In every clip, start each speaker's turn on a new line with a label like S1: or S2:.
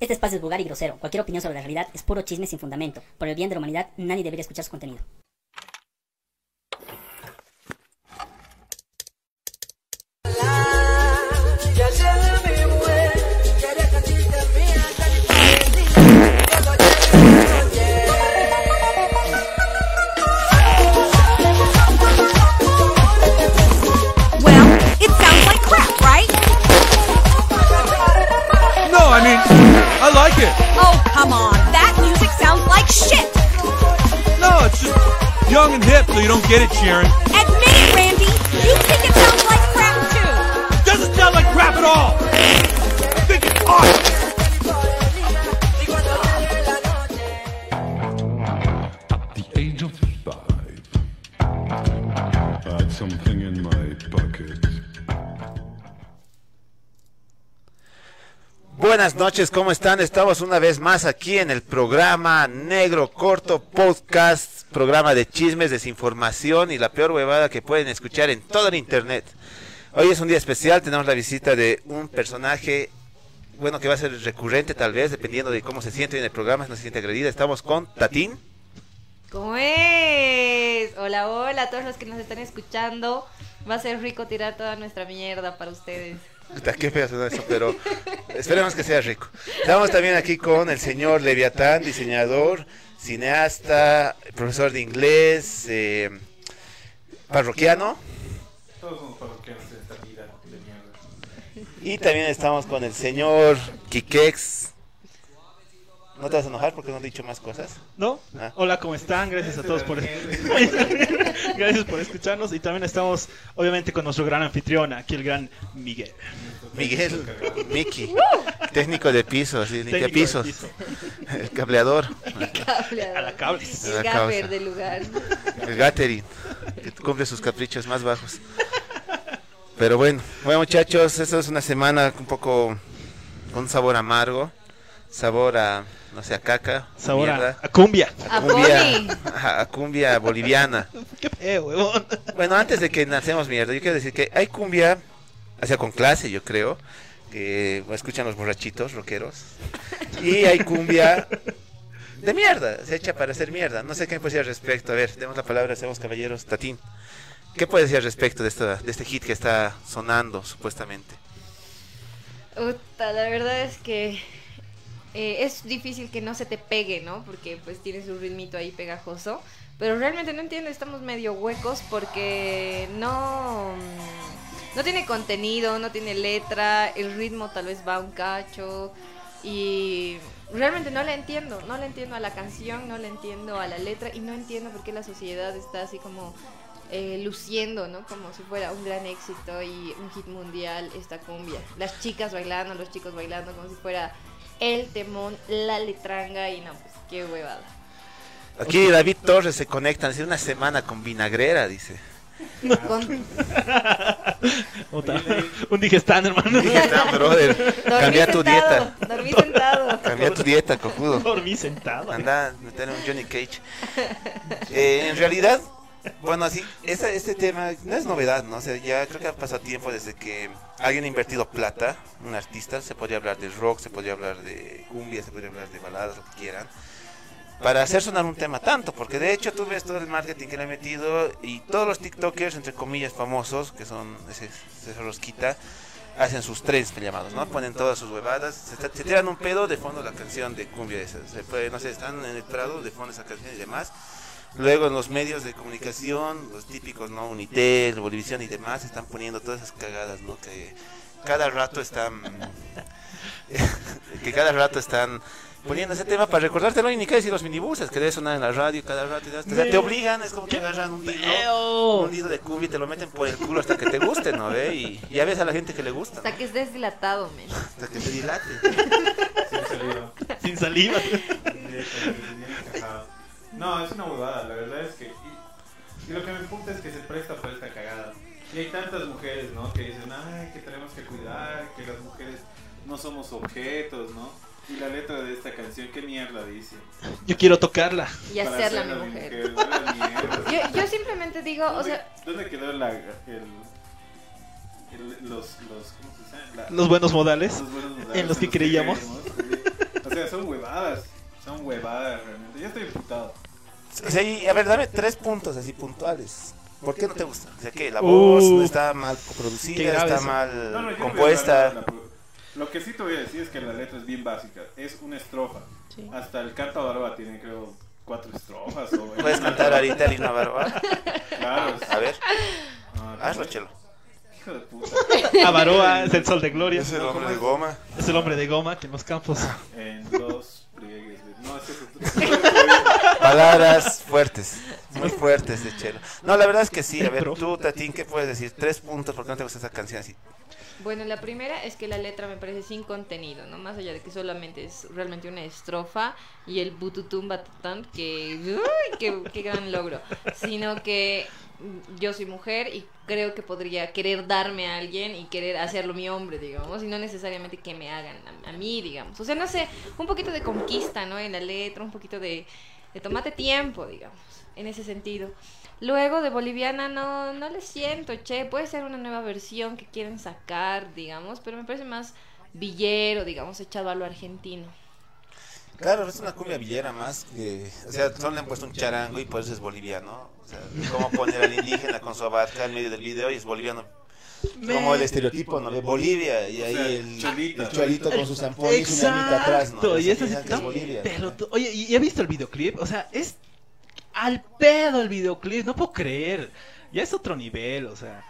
S1: Este espacio es vulgar y grosero. Cualquier opinión sobre la realidad es puro chisme sin fundamento. Por el bien de la humanidad, nadie debería escuchar su contenido.
S2: Well, it sounds like crap, right?
S3: No, I mean, I like it.
S2: Oh, come on. That music sounds like shit.
S3: No, it's just young and hip, so you don't get it, Sharon.
S2: Admit it, Randy. You think it sounds like crap, too.
S3: It doesn't sound like crap at all. I think it's awesome.
S4: the age of five, I had something in my pocket.
S5: Buenas noches, ¿cómo están? Estamos una vez más aquí en el programa Negro Corto Podcast, programa de chismes, desinformación y la peor huevada que pueden escuchar en todo el internet. Hoy es un día especial, tenemos la visita de un personaje, bueno, que va a ser recurrente tal vez, dependiendo de cómo se siente en el programa, si no se siente agredida. Estamos con Tatín.
S6: ¿Cómo es? Hola, hola a todos los que nos están escuchando. Va a ser rico tirar toda nuestra mierda para ustedes.
S5: Puta, qué feo sonó eso, pero esperemos que sea rico. Estamos también aquí con el señor Leviatán, diseñador, cineasta, profesor de inglés, eh, parroquiano.
S7: Todos somos parroquianos de esta vida de mierda.
S5: Y también estamos con el señor Kikex. ¿No te vas a enojar porque no he dicho más cosas?
S8: ¿No?
S5: Ah.
S8: Hola, ¿cómo están? Gracias a todos por Gracias por escucharnos y también estamos obviamente con nuestro gran anfitrión, aquí el gran Miguel.
S5: Miguel, Miki, técnico de pisos, sí, limpia
S8: Técnico de
S5: pisos,
S8: piso.
S5: el cableador,
S8: A la
S6: Cableador.
S8: cables.
S6: El
S5: La
S6: gaffer
S5: causa.
S6: del lugar.
S5: el gathering, que cumple sus caprichos más bajos. Pero bueno, bueno muchachos, esto es una semana un poco con sabor amargo, sabor a, no sé, a caca, a
S8: Sabor a,
S5: mierda,
S8: a cumbia.
S6: A Pony.
S5: cumbia, ajá, a cumbia boliviana.
S8: Qué feo, huevón.
S5: Bueno, antes de que nacemos mierda, yo quiero decir que hay cumbia, o sea, con clase, yo creo, que escuchan los borrachitos, rockeros, y hay cumbia de mierda, se echa para hacer mierda. No sé qué puede decir al respecto. A ver, demos la palabra, hacemos caballeros, Tatín. ¿Qué puede decir al respecto de, esta, de este hit que está sonando, supuestamente?
S6: Uta, la verdad es que eh, es difícil que no se te pegue, ¿no? Porque pues tienes un ritmito ahí pegajoso. Pero realmente no entiendo, estamos medio huecos porque no... mm, No tiene contenido, no tiene letra, el ritmo tal vez va un cacho y realmente no la entiendo, no la entiendo a la canción, no la entiendo a la letra y no entiendo por qué la sociedad está así como eh, luciendo, ¿no? Como si fuera un gran éxito y un hit mundial esta cumbia. Las chicas bailando, los chicos bailando, como si fuera el temón, la letranga y no, pues qué huevada.
S5: Aquí David Torres se conecta, dice una semana con vinagrera, dice.
S6: Con
S8: Puta, Un digestán, hermano.
S5: Está, brother, cambia tu dieta,
S6: dormí sentado.
S5: cambia tu dieta, cojudo.
S8: Dormí sentado.
S5: Anda, meter un Johnny Cage. Eh, en realidad, bueno, así, esa- este tema no es novedad, ¿no? O sea, ya creo que ha pasado tiempo desde que alguien ha invertido plata, un artista, se podría hablar de rock, se podría hablar de cumbia, se podría hablar de baladas, lo que quieran, para hacer sonar un tema tanto, porque de hecho tú ves todo el marketing que le han metido y todos los TikTokers, entre comillas, famosos, que son, ese, ese rosquita, hacen sus trends llamados, ¿no? Ponen todas sus huevadas, se, se tiran un pedo de fondo la canción de cumbia esa, se puede, no sé, están en el prado de fondo esa canción y demás. Luego en los medios de comunicación, los típicos, ¿no? Unitel, Bolivisión y demás, están poniendo todas esas cagadas, ¿no? Que cada rato están... que cada rato están poniendo ese tema para recordártelo y ni qué decir los minibuses que debe sonar en la radio cada rato y das- o sea, te obligan, es como que agarran un dildo, un dildo de cumbia y te lo meten por el culo hasta que te guste, ¿no? ve? Y y ya ves a la gente que le gusta. ¿no?
S6: Hasta que estés dilatado, men.
S5: Hasta que se dilate.
S7: Sin saliva.
S8: Sin saliva.
S7: Ajá. No, es una huevada, la verdad es que. Y, y lo que me importa es que se presta para esta cagada. Y hay tantas mujeres, ¿no? Que dicen, ay, que tenemos que cuidar, que las mujeres no somos objetos, ¿no? Y la letra de esta canción, ¿qué mierda dice?
S8: Yo quiero tocarla.
S6: Y
S7: Para
S6: hacerla mi
S7: hacerla mi
S6: mujer.
S7: huele a mierda.
S6: Yo, yo simplemente digo, o
S7: ¿Dónde,
S6: sea,
S7: dónde quedó la, el, el- los, los, ¿cómo se dice? La-
S8: Los buenos modales.
S7: buenos modales
S8: en los que creíamos.
S7: creíamos. sea, son huevadas. Son huevadas realmente. Yo estoy imputado.
S5: O sea, y, a ver, dame tres puntos así puntuales. ¿Por qué no te gusta? O sea, que la voz
S9: Uh.
S5: está mal
S9: Qué
S5: producida,
S9: grave
S5: está
S9: eso.
S5: mal
S7: No, no, yo no voy a hablar de
S5: compuesta.
S7: la pro- Lo que sí te voy a decir es que la letra es bien básica. Es una estrofa.
S10: Sí.
S7: Hasta el canto barba tiene, creo, cuatro estrofas. O
S5: ¿Puedes cantar ahorita Lina Barba?
S7: Claro.
S5: A ver,
S7: Ah,
S5: hazlo, chelo.
S7: Hijo de puta.
S9: Avaroa es el sol de gloria.
S5: Es el hombre de goma.
S9: Es el hombre de goma que en los campos.
S7: En dos pliegues. de- No, es que
S5: Palabras fuertes, muy fuertes de chelo. No, la verdad es que sí. A ver, tú, Tatín, ¿qué puedes decir? Tres puntos, ¿por qué no te gusta esa canción así?
S6: Bueno, la primera es que la letra me parece sin contenido, ¿no? Más allá de que solamente es realmente una estrofa y el bututum batatán, que. ¡Uy! Qué, qué gran logro! Sino que mm, yo soy mujer y creo que podría querer darme a alguien y querer hacerlo mi hombre, digamos, y no necesariamente que me hagan a, a mí, digamos. O sea, no sé, un poquito de conquista, ¿no? En la letra, un poquito de, de tomate tiempo, digamos, en ese sentido. Luego de Boliviana no, no le siento, che, puede ser una nueva versión que quieren sacar, digamos, pero me parece más villero, digamos, echado a lo argentino.
S5: Claro, es una cumbia villera más que... O sea, solo le han puesto un charango y por eso es boliviano. O sea, ¿cómo poner al indígena con su abarca en medio del video y es boliviano? Como el estereotipo, ¿no? De Bolivia y ahí
S7: sea,
S5: el
S7: Cholito.
S5: el Cholito con sus zampones y su nanita atrás, ¿no?
S9: Exacto, y
S5: Esa
S9: ese
S5: vieja
S9: es
S5: que es Bolivia, ¿no?
S9: pelotudo. Oye, ¿y y he visto el videoclip? O sea, es al pedo el videoclip, no puedo creer. Ya es otro nivel, o sea.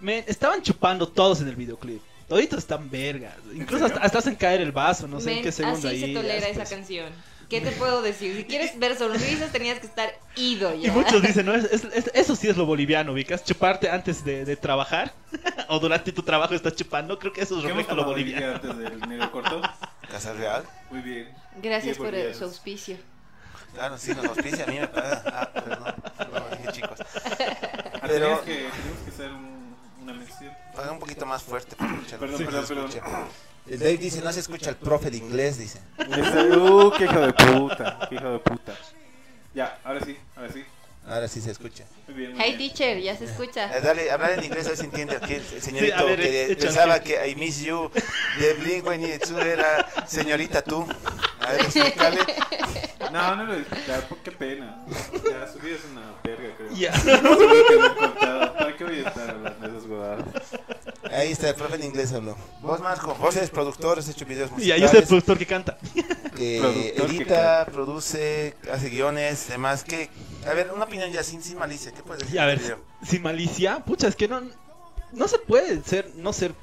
S9: Me estaban chupando todos en el videoclip. Toditos están vergas. Incluso hasta, hasta hacen caer el vaso, no sé en
S6: Men,
S9: qué
S6: así
S9: segundo ahí.
S6: se
S9: ya
S6: tolera esa
S9: después.
S6: canción. ¿Qué te puedo decir? Si quieres ver sonrisas tenías que estar ido
S9: Y
S6: ya.
S9: muchos dicen, no, es- es- es- eso sí es lo boliviano, ubicas, chuparte antes de, de trabajar o durante tu trabajo estás chupando, creo que eso es
S7: ¿Qué hemos
S9: refleja lo
S7: hablado hoy
S9: boliviano.
S7: día antes del negro corto?
S5: Casa Real.
S7: Muy bien.
S6: Gracias
S7: Diez
S6: por eh,
S7: bolivianos.
S6: su auspicio.
S5: Claro, sí, nos auspicia, a mí me paga. Ah, perdón. No, dije, chicos.
S7: Ah,
S5: Pero-
S7: Tenemos que, tenemos que hacer un- una mención.
S5: Paga un poquito más fuerte. para escuchar.
S7: Perdón,
S5: Sí,
S7: perdón,
S5: se
S7: perdón.
S5: escucha. El Dave dice, no se escucha el profe de inglés, dice.
S7: Uh, qué hijo de puta. Qué hijo de puta. Ya, ahora sí, ahora sí.
S5: Ahora sí se escucha.
S7: Muy bien. Muy
S6: Hey
S7: bien.
S6: teacher, ya se
S5: Eh,
S6: escucha.
S5: Dale, hablar en inglés a ver si entiende aquí el señorito
S9: Sí, a ver,
S5: que
S9: échale.
S5: pensaba que I miss you de Blink-182 era señorita tú. A ver, explícale.
S7: No, no lo ya, por- qué pena. Ya, su vida es una verga, creo.
S9: Ya.
S7: Que me han contado. ¿Para qué voy a estar hablando de esas huevadas?
S5: Ahí está, el profe en inglés habló. Vos, Marco, vos eres productor, has hecho videos
S9: Y ahí
S5: musicales,
S9: está el productor que canta.
S5: que
S7: productor que
S5: edita, produce, hace guiones, demás. Que, a ver, una opinión ya sin, sin malicia, ¿qué puedes
S9: Y
S5: decir?
S9: a
S5: del
S9: ver,
S5: video?
S9: sin malicia, pucha, es que no, no se puede ser, no ser.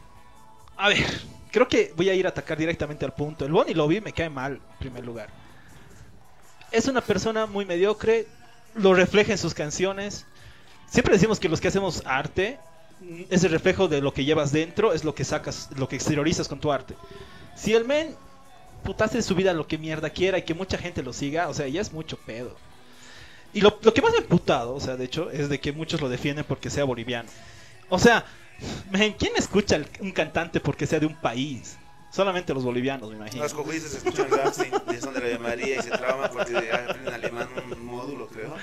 S9: A ver, creo que voy a ir a atacar directamente al punto. El Bonnie Lobby me cae mal, en primer lugar. Es una persona muy mediocre, lo refleja en sus canciones. Siempre decimos que los que hacemos arte mm, es el reflejo de lo que llevas dentro, es lo que sacas, lo que exteriorizas con tu arte. Si el men putase su vida lo que mierda quiera y que mucha gente lo siga, o sea, ya es mucho pedo. Y lo, lo que más me ha emputado, o sea, de hecho, es de que muchos lo defienden porque sea boliviano. O sea, men, ¿quién escucha al- un cantante porque sea de un país? Solamente los bolivianos, me imagino.
S5: Los cojuditos escuchan Ramstein, y son de la Ave María y se trauman porque ah, aprenden alemán un módulo, creo.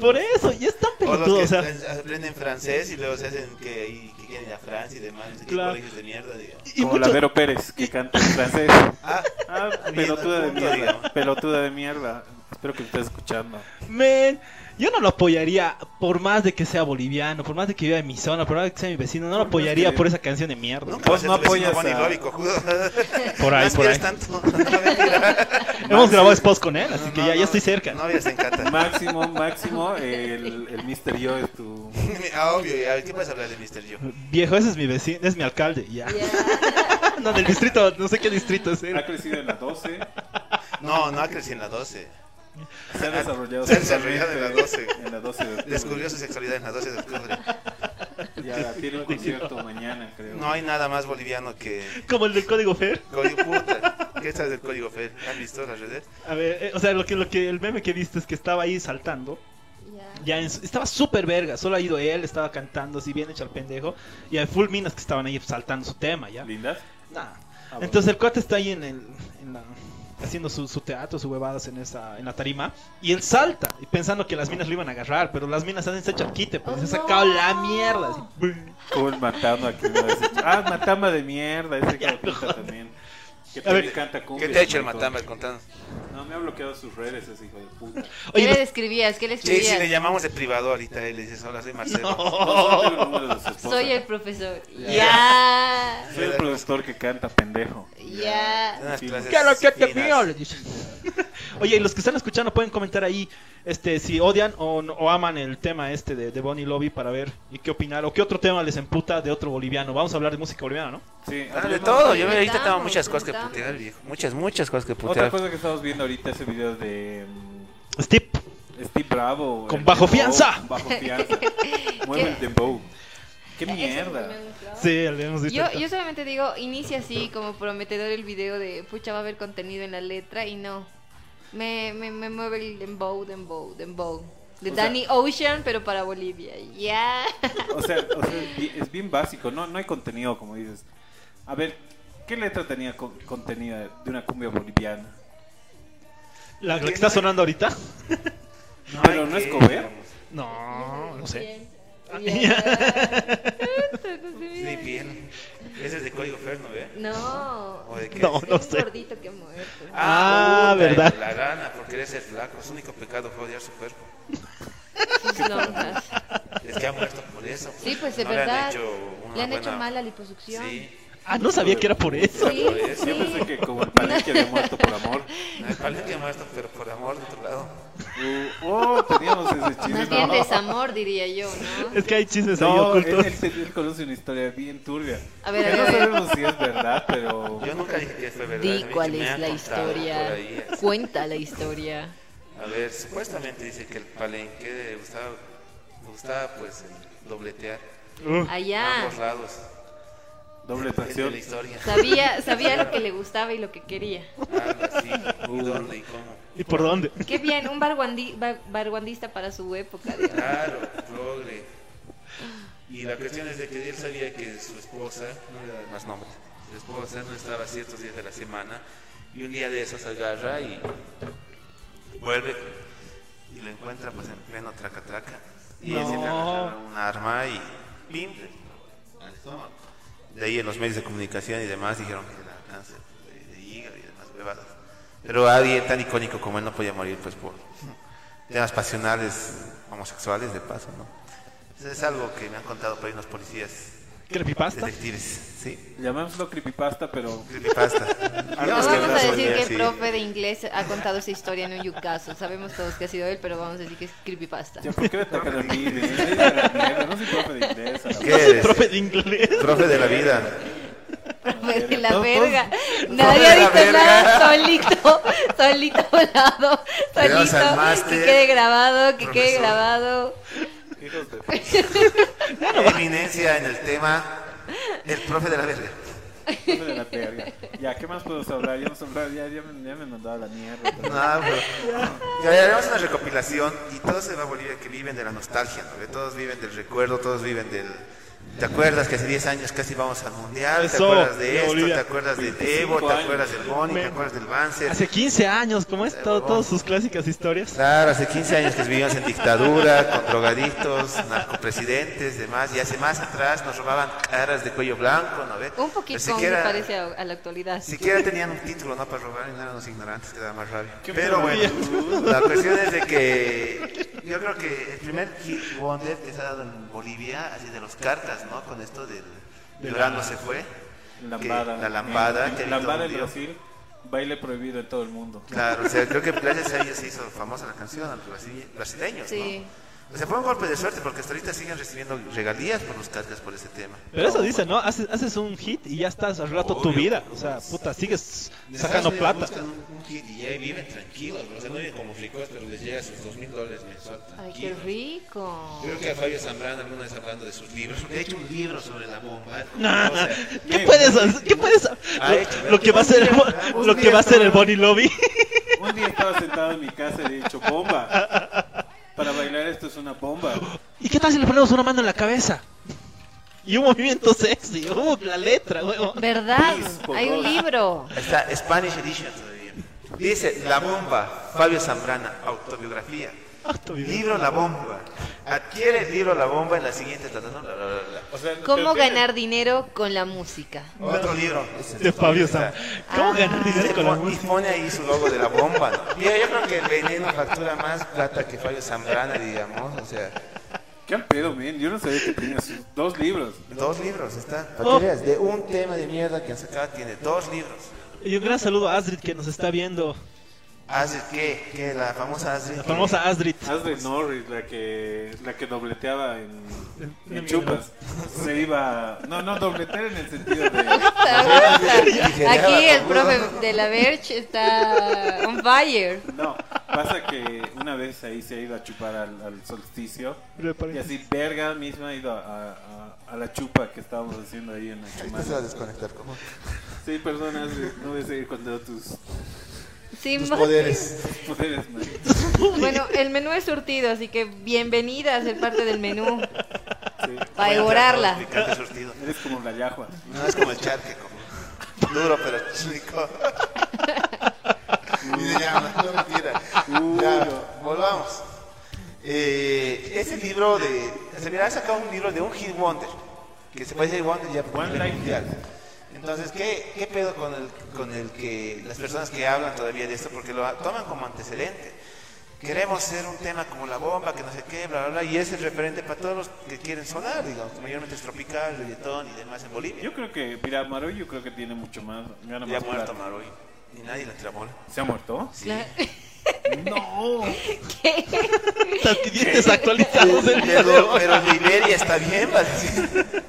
S9: Por eso, y es tan
S5: O los
S9: pelotudo,
S5: que
S9: o sea.
S5: están- aprenden francés y luego se hacen que, y- que quieren ir a Francia y demás, no sé qué
S9: Claro.
S5: colegios de mierda, digamos.
S9: y
S7: Como la
S9: mucho-
S7: Vero Pérez, que canta en francés.
S5: Ah,
S7: Ah,
S5: Bien,
S7: pelotuda de
S5: punto, digamos.
S7: mierda. Pelotuda de mierda. Espero que me estés escuchando.
S9: Men, yo no lo apoyaría por más de que sea boliviano, por más de que viva en mi zona, por más de que sea mi vecino, no lo
S7: Por más
S9: apoyaría
S7: que-
S9: por esa canción de mierda.
S5: nunca vas a
S7: no
S5: ser tu vecino
S7: apoyas
S5: Bonnie
S7: a-
S5: Lobby, cojudo. No
S9: Por ahí, por ahí.
S5: aspires tanto. No, mentira.
S9: Hemos grabado spots con él, así
S5: No,
S9: que
S5: no,
S9: ya, ya
S5: no,
S9: estoy cerca.
S5: No, ya se encanta.
S7: Máximo, máximo, el, el Mr. Yo es tu.
S5: Ah, obvio, y a ver, ¿qué puedes hablar de Mr. Yo?
S9: Viejo, ese es mi vecino, es mi alcalde, ya. No, del distrito, no sé qué distrito es. él.
S7: Ha crecido en la 12,
S5: No, no ha crecido en la 12.
S7: se ha desarrollado.
S5: Se ha desarrollado en la
S7: sexualmente
S5: 12.
S7: En la 12 de octubre.
S5: Descubrió su sexualidad en la 12 de octubre.
S7: Ya tiene un concierto mañana, creo.
S5: No hay nada más boliviano que
S9: Como el del código Fer.
S5: Código Puta. ¿Qué sabes del Código Fer? ¿Has visto las redes?
S9: A ver, eh, o sea, lo que, lo que el meme que viste es que estaba ahí saltando.
S6: Ya.
S9: Ya en su- estaba súper verga, solo ha ido él, estaba cantando así bien hecho al pendejo. Y hay full minas que estaban ahí saltando su tema, ya.
S7: ¿Lindas?
S9: Nah.
S7: bueno.
S9: Entonces el cuate está ahí en el. en la- haciendo su, su teatro, sus huevadas en esa, en la tarima. Y él salta, y pensando que las minas lo iban a agarrar, pero las minas hacen hecho al quite, pues
S6: Oh,
S9: se ha
S6: no.
S9: sacado la mierda. así.
S7: Cool, matando aquí. ¿no? Ah, matamba de mierda, ese que puta también. Que
S8: A ver,
S7: también canta cumbia.
S5: ¿Qué te ha hecho el
S7: maricón?
S5: matamba contando?
S7: No, me ha bloqueado sus redes ese hijo de puta.
S6: ¿Qué
S8: Oye,
S6: le escribías? ¿Qué le
S5: Sí,
S6: escribías?
S5: si le llamamos de privado ahorita y le dices, hola, soy Marcelo.
S7: No, no tengo el número de su esposa.
S6: Soy el profesor.
S7: Ya.
S6: Ya.
S7: Soy el productor que canta, pendejo.
S6: Ya.
S5: Unas
S7: Sí.
S5: clases
S8: ¿Qué lo que te
S5: finas.
S8: mío? Le dicen. Oye, y los que están escuchando pueden comentar ahí este, si odian o, no- o aman el tema este de, de Bonnie Lobby para ver y qué opinar o qué otro tema les emputa de otro boliviano. Vamos a hablar de música boliviana, ¿no?
S7: Sí,
S5: Ah, de
S7: hablemos-
S5: todo, yo ahorita tengo
S6: Inventamos,
S5: muchas cosas que
S6: inventamos.
S5: putear, viejo. Muchas, muchas cosas que
S7: Otra
S5: putear.
S7: cosa que estamos viendo ahorita es el video de mm,
S8: Steve,
S7: Steve Bravo.
S8: Con
S7: el
S8: bajo
S7: dembow,
S8: fianza.
S7: Bajo fianza. Mueve el dembow. Qué mierda.
S6: Eso me gustaba.
S8: sí, le hemos dicho.
S6: Yo, yo solamente digo, inicia así como prometedor el video de pucha va a haber contenido en la letra y no. Me, me, me mueve el dembow, dembow, dembow. De
S7: O sea-
S6: Danny Ocean, pero para Bolivia. Ya.
S7: O sea, o sea, es bi- es bien básico, no, no hay contenido, como dices. A ver, ¿qué letra tenía co- contenida de una cumbia boliviana?
S8: ¿La, la que está sonando ahorita?
S7: Pero no es cover.
S8: No, no sé.
S6: Ya. Puta, no se
S5: Sí,
S6: mira.
S5: bien. Ese es de código Ferno, ¿eh?
S6: No.
S5: ¿O de qué?
S8: No, no
S6: Es un
S8: sé.
S6: gordito que ha muerto.
S8: Ah,
S5: puta,
S8: ¿verdad?
S5: La gana, por querer ser flaco. Su único pecado fue odiar su cuerpo.
S6: Sus lonjas.
S5: Es que ha muerto por eso.
S6: Sí, pues de
S5: No
S6: verdad.
S5: Le han hecho, una
S6: Le han hecho
S5: buena-
S6: mal la liposucción.
S5: Sí. Pues,
S8: Ah, no sabía que era por eso.
S6: Sí,
S5: Por eso.
S7: Yo
S6: sí.
S7: pensé que como el palenque había muerto por amor.
S5: No, parece que ha muerto, pero por amor de tu lado.
S7: Uh, oh, teníamos ese chiste.
S6: Más
S7: no.
S6: bien desamor, diría yo, ¿no?
S8: Es que hay chismes ahí
S7: No, él,
S8: ocultos.
S7: él- él conoce una historia bien turbia.
S6: A ver, a
S7: Ya
S6: ver, a
S7: no
S6: ver.
S7: sabemos si es verdad, pero
S5: Yo nunca dije que fue verdad.
S6: Di
S5: me
S6: cuál
S5: han
S6: es la
S5: contado por
S6: historia.
S5: ahí.
S6: Cuenta la historia.
S5: A ver, supuestamente dice que el palenque le gustaba, le gustaba pues el dobletear a
S6: Allá.
S5: ambos lados.
S7: doble
S5: de
S7: tracción.
S5: la historia.
S6: Sabía, sabía lo que le gustaba y lo que quería.
S5: Anda, sí. ¿Y dónde y cómo?
S8: ¿Y por dónde?
S6: Qué bien, un barguandi- ba- barguandista para su época. digamos.
S5: Claro, progre. Y la cuestión es de que él sabía que su esposa, no le da más nombre, su esposa no estaba ciertos días de la semana y un día de esos agarra y vuelve y lo encuentra pues en pleno traca-traca. Y él se le agarra un arma y ¡pim! al estómago. De ahí en los medios de comunicación y demás dijeron que era cáncer de- de hígado y demás bebadas. Pero alguien tan icónico como él no podía morir pues por temas pasionales homosexuales de paso, ¿no? Eso es algo que me han contado por ahí unos policías
S8: ¿Creepypasta?
S5: detectives, sí,
S7: Llamémoslo creepypasta, pero
S5: creepypasta.
S6: No
S5: Algo
S7: es que
S6: vamos a
S5: no
S6: decir
S5: solía,
S6: que el
S5: sí.
S6: profe de inglés ha contado esa historia en un yucaso. Sabemos todos que ha sido él, pero vamos a decir que es creepypasta.
S7: ya, ¿por qué me tocan a mí? De- de- de la mierda, No soy profe de inglés. a la
S5: ¿Qué eres?
S8: Profe de inglés.
S5: Profe de la vida.
S6: Profe de Pues, la
S7: Todos-
S6: verga.
S5: profe
S6: Nadie
S5: de
S6: ha
S5: la
S6: dicho nada
S5: verga.
S6: solito, solito volado,
S5: Tenemos al
S6: solito. Que
S5: máster,
S6: quede grabado, que quede
S5: profesor.
S6: grabado.
S7: Hijos de-
S5: Eminencia en el tema. El profe de la verga.
S7: profe de la verga. Ya, ¿qué más podemos hablar? Ya hemos hablado, ya, ya, me, ya me mandaba la mierda.
S5: No, pero- Ya haremos una recopilación y todo se va a Bolivia que viven de la nostalgia, ¿no? Que todos viven del recuerdo, todos viven del... ¿Te acuerdas que hace 10 años casi vamos al mundial? ¿Te
S8: Eso,
S5: acuerdas de
S8: de
S5: esto?
S8: Bolivia.
S5: ¿Te acuerdas del
S7: 25
S5: Evo? ¿Te
S7: años.
S5: acuerdas del Boni? ¿Te
S8: Me-
S5: acuerdas del Banzer?
S8: Hace 15 años, ¿cómo es? Todo- todas sus clásicas historias.
S5: Claro, hace 15 años que vivíamos en dictadura, con drogadictos, narcopresidentes, demás, y hace más atrás nos robaban caras de cuello blanco, ¿no ve?
S6: Un poquito
S5: Pero
S6: aún se
S5: siquiera,
S6: parece a, a la actualidad.
S5: Siquiera tenían un título, ¿no? Para robar y no eran los ignorantes, que daba más rabia.
S7: Qué
S5: Pero
S7: maravilla.
S5: bueno, la cuestión es de que yo creo que el primer hit wonder que se ha dado en Bolivia, así de los cartas, ¿no? Con esto del Durango se fue.
S7: Lambada. Eh,
S5: Que- la lambada, que
S7: lambada en
S5: Víctor
S7: Brasil, baile prohibido en todo el mundo.
S5: Claro, o sea, creo que gracias a ellos se hizo famosa la canción, a los brasile- brasileños,
S6: Sí.
S5: ¿no? O sea, fue un golpe de suerte porque hasta ahorita siguen recibiendo regalías por los cargas por ese tema.
S8: Pero eso dice, ¿no? Haces, haces un hit y ya estás al rato tu vida. O sea, puta, sigues sacando plata.
S5: y ahí viven tranquilos, o sea, no viven como ricos, pero les llega sus dos mil dólares mensual.
S6: Ay, qué rico.
S5: Creo que a Fabio Zambrano alguna vez hablando de sus libros, porque ha hecho un libro sobre la bomba.
S8: No,
S5: O sea,
S8: ¿Qué puedes hacer? ¿Qué puedes hacer? Lo, lo que va a ser el, bo- lo que va a ser el Bonnie Lobby.
S7: Un día estaba sentado en mi casa y he dicho, bomba. Para bailar esto es una bomba.
S8: ¿Y qué tal si le ponemos una mano en la cabeza? Y un movimiento sexy. Uh, la letra, huevo.
S6: ¿Verdad?
S7: Please, por
S6: Hay un
S7: favor.
S6: libro.
S5: Está Spanish Edition todavía. Dice La Bomba, Fabio Zambrana, autobiografía.
S8: Autobiografía.
S5: Libro La Bomba. Adquiere el libro La Bomba en la siguiente. ta, ta, ta, bla, bla, bla, bla.
S9: O sea,
S6: ¿Cómo
S9: pero tiene-
S6: ganar dinero con la música?
S5: Otro libro.
S9: De Fabio Sam. ¿Cómo
S6: Ah.
S9: ganar dinero con la
S5: Y
S9: música?
S5: pone ahí su logo de la bomba. ¿no? Mira, yo creo que el veneno factura más plata que Fabio Zambrana, digamos. O sea,
S7: ¿Qué al pedo, men? Yo no sabía que tenías dos libros.
S5: dos libros está.
S8: Oh.
S5: Para que veas, de un tema de mierda que han sacado, tiene dos libros.
S8: Y un gran saludo a Astrid que nos está viendo.
S5: Astrid, ¿qué? ¿Qué? La famosa Astrid.
S8: La famosa Astrid.
S7: Hazle Norris, la que, la que dobleteaba en, en chupas. Se iba. Ah, No, no, dobletear en el sentido de.
S6: Aquí el profe de la Verge está on fire.
S7: No, pasa que una vez ahí se ha ido a chupar al, al solsticio. Y así, verga misma ha ido a, a- a- a la chupa que estábamos haciendo ahí en la
S5: Ahorita se va a
S7: semana.
S5: desconectar. ¿Cómo?
S7: Sí, perdona, Astrid, no voy a seguir contando tus
S6: Sí,
S5: Tus
S6: ma-
S5: poderes.
S7: poderes, man.
S6: Bueno, el menú es surtido, así que bienvenida a ser parte del menú.
S7: Sí,
S6: Para devorarla.
S5: Picante surtido.
S7: eres como la yahua.
S5: No es como el charque, como duro pero chico. Y de llama, no mentira. Ya, volvamos. Eh, ese libro de. Se hubiera sacado un libro de un Hit Wonder. Que se puede decir Wonder ya por nivel mundial. Entonces, ¿qué, qué pedo con el, con el que las personas que hablan todavía de esto? Porque lo toman como antecedente. Queremos ser un tema como la bomba, que no sé qué, bla, bla, bla. Y es el referente para todos los que quieren sonar, digamos, mayormente es tropical, reggaetón y demás en Bolivia.
S7: Yo creo que, mira, Maroy yo creo que tiene mucho más. Gana
S5: Ya ha
S7: más
S5: muerto
S7: plata.
S5: Maroy. Ni nadie le tira bola.
S7: ¿Se ha muerto?
S6: Claro.
S7: No.
S8: Estás desactualizados del
S5: Pero, pero Liberia está bien, va a decir.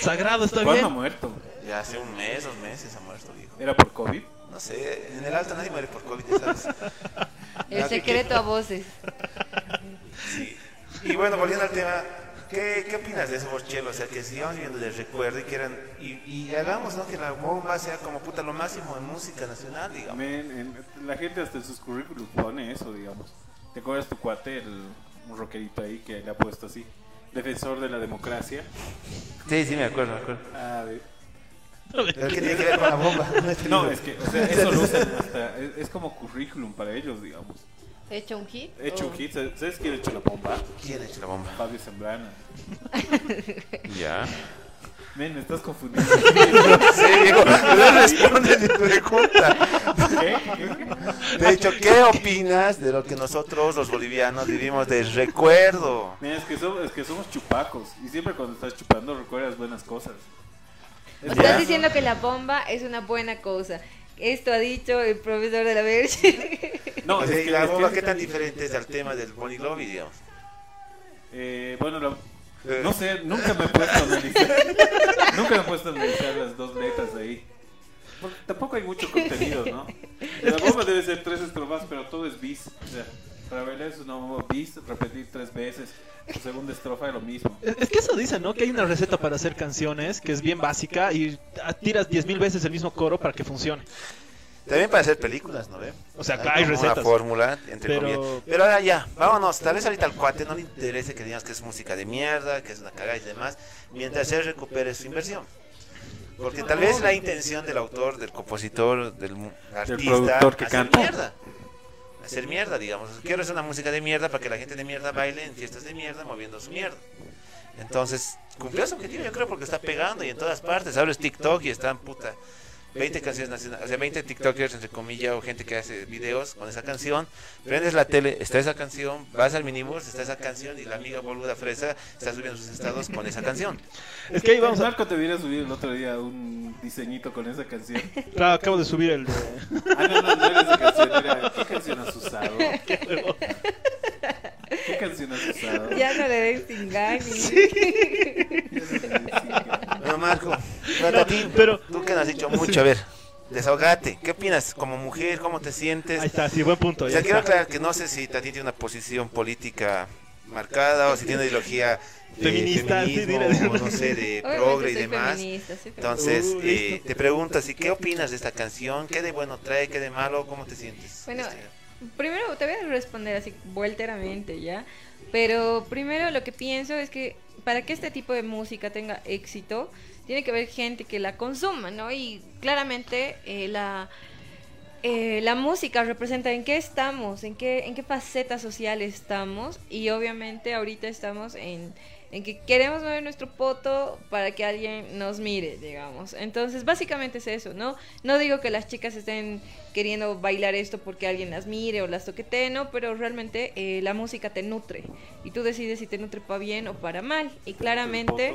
S8: Sagrado está
S7: ¿Cuándo ha
S8: bien.
S7: muerto?
S5: Ya hace un mes, dos meses ha muerto, dijo.
S7: ¿Era por COVID?
S5: No sé, en el alto nadie muere por COVID, ya ¿sabes?
S6: El secreto a voces.
S5: Y bueno, volviendo al tema, ¿qué, qué opinas de eso, Borchelo? O sea, que sigamos viviendo del recuerdo y que eran. Y, y hagamos, ¿no? Que la bomba sea como puta lo máximo en música nacional, digamos.
S7: Men, en- la gente hasta en sus currículum pone eso, digamos. ¿Te acuerdas tu cuate, el, un rockerito ahí que le ha puesto así? Defensor de la democracia.
S5: Sí, sí, me acuerdo, me acuerdo.
S7: Ah, de-
S5: Pero ¿qué tiene que ver con la bomba?
S7: No, es que o sea, eso lo usan hasta- es, es como currículum para ellos, digamos.
S6: ¿He hecho un hit?
S7: He hecho
S6: Oh.
S7: un hit, ¿sabes sabes quién ha hecho la bomba?
S5: ¿Quién ha hecho la bomba?
S7: Fabio Sembrana.
S5: Ya.
S7: Men, me estás confundiendo.
S5: Sí, Diego, no responde mi pregunta.
S7: ¿Qué? ¿Qué?
S5: De hecho, ¿qué opinas de lo que nosotros los bolivianos vivimos de recuerdo?
S7: Mira, es que, somos, es que somos chupacos. Y siempre cuando estás chupando recuerdas buenas cosas. Es
S6: Estás
S7: verdad,
S6: diciendo que la bomba es una buena cosa. Esto ha dicho el profesor de la Verge.
S7: No,
S5: O
S7: es
S5: sea,
S7: que
S5: y la
S7: es que-
S5: bomba, ¿qué tan diferente es al tema del Bonnie Lobby, digamos?
S7: Eh, bueno, la- no sé, nunca me he puesto a analizar. nunca me he puesto a analizar las dos letras ahí. Porque tampoco hay mucho contenido, ¿no? La bomba debe ser tres estrofas, pero todo es bis. O sea, para bailar es una bomba bis, repetir tres veces. La segunda estrofa es lo mismo.
S8: Es es que eso dice, ¿no? Que hay una receta para hacer canciones que es bien básica y ah, tiras 10.000 veces el mismo coro para que funcione.
S5: También para hacer películas, ¿no ve?
S8: O sea, acá hay
S5: como Una
S8: recetas.
S5: fórmula, entre
S8: Pero-
S5: comillas. Pero ahora ya, vámonos. Tal vez ahorita al cuate no le interese que digas que es música de mierda, que es una cagada y demás, mientras él recupere su inversión. Porque tal vez la intención del autor, del compositor, del mu- artista,
S7: productor que
S5: hacer
S7: canta.
S5: mierda. Hacer mierda, digamos. Quiero hacer una música de mierda para que la gente de mierda baile en fiestas de mierda moviendo su mierda. Entonces, cumplió su objetivo, yo creo, porque está pegando y en todas partes. Abres TikTok y están puta 20 canciones nacionales, o sea, 20 TikTokers, entre comillas, o gente que hace videos con esa canción. Prendes la tele, está esa canción, vas al minibus, está esa canción y la amiga boluda fresa está subiendo sus estados con esa canción.
S8: Es que ahí vamos a...
S7: Marco te hubiera subido el otro día un diseñito con esa canción.
S8: Claro, Ah, acabo de subir el... de-
S7: Ah, no, no, no era esa canción. Era, ¿Qué canción has usado? ¿Qué canción has usado?
S6: ya no le den sin ganas.
S5: No, Marco, Ratatín,
S8: pero-
S5: tú que nos has dicho mucho, a ver, desahogate. ¿Qué opinas como mujer? ¿Cómo te sientes?
S8: Ahí está, sí, buen punto.
S5: O
S8: ya
S5: sea, quiero
S8: está.
S5: aclarar que no sé si Tati tiene una posición política marcada o si tiene una ideología de
S8: Feminista, sí,
S5: feminismo,
S8: dile.
S5: o no sé, de progre y
S6: Obviamente soy
S5: demás.
S6: feminista, soy feminista.
S5: Entonces,
S8: Uh,
S5: eh,
S8: listo.
S5: te pregunto así, ¿qué opinas de esta canción? ¿Qué de bueno trae? ¿Qué de malo? ¿Cómo te sientes?
S6: Bueno,
S5: Este,
S6: Primero te voy a responder así volteramente, ¿ya? Pero primero lo que pienso es que para que este tipo de música tenga éxito, tiene que haber gente que la consuma, ¿no? Y claramente eh, la, eh, la música representa en qué estamos, en qué, en qué faceta social estamos y obviamente ahorita estamos en, en que queremos mover nuestro poto para que alguien nos mire, digamos. Entonces básicamente es eso, ¿no? No digo que las chicas estén queriendo bailar esto porque alguien las mire o las toquetee, no, pero realmente eh, la música te nutre y tú decides si te nutre para bien o para mal y claramente...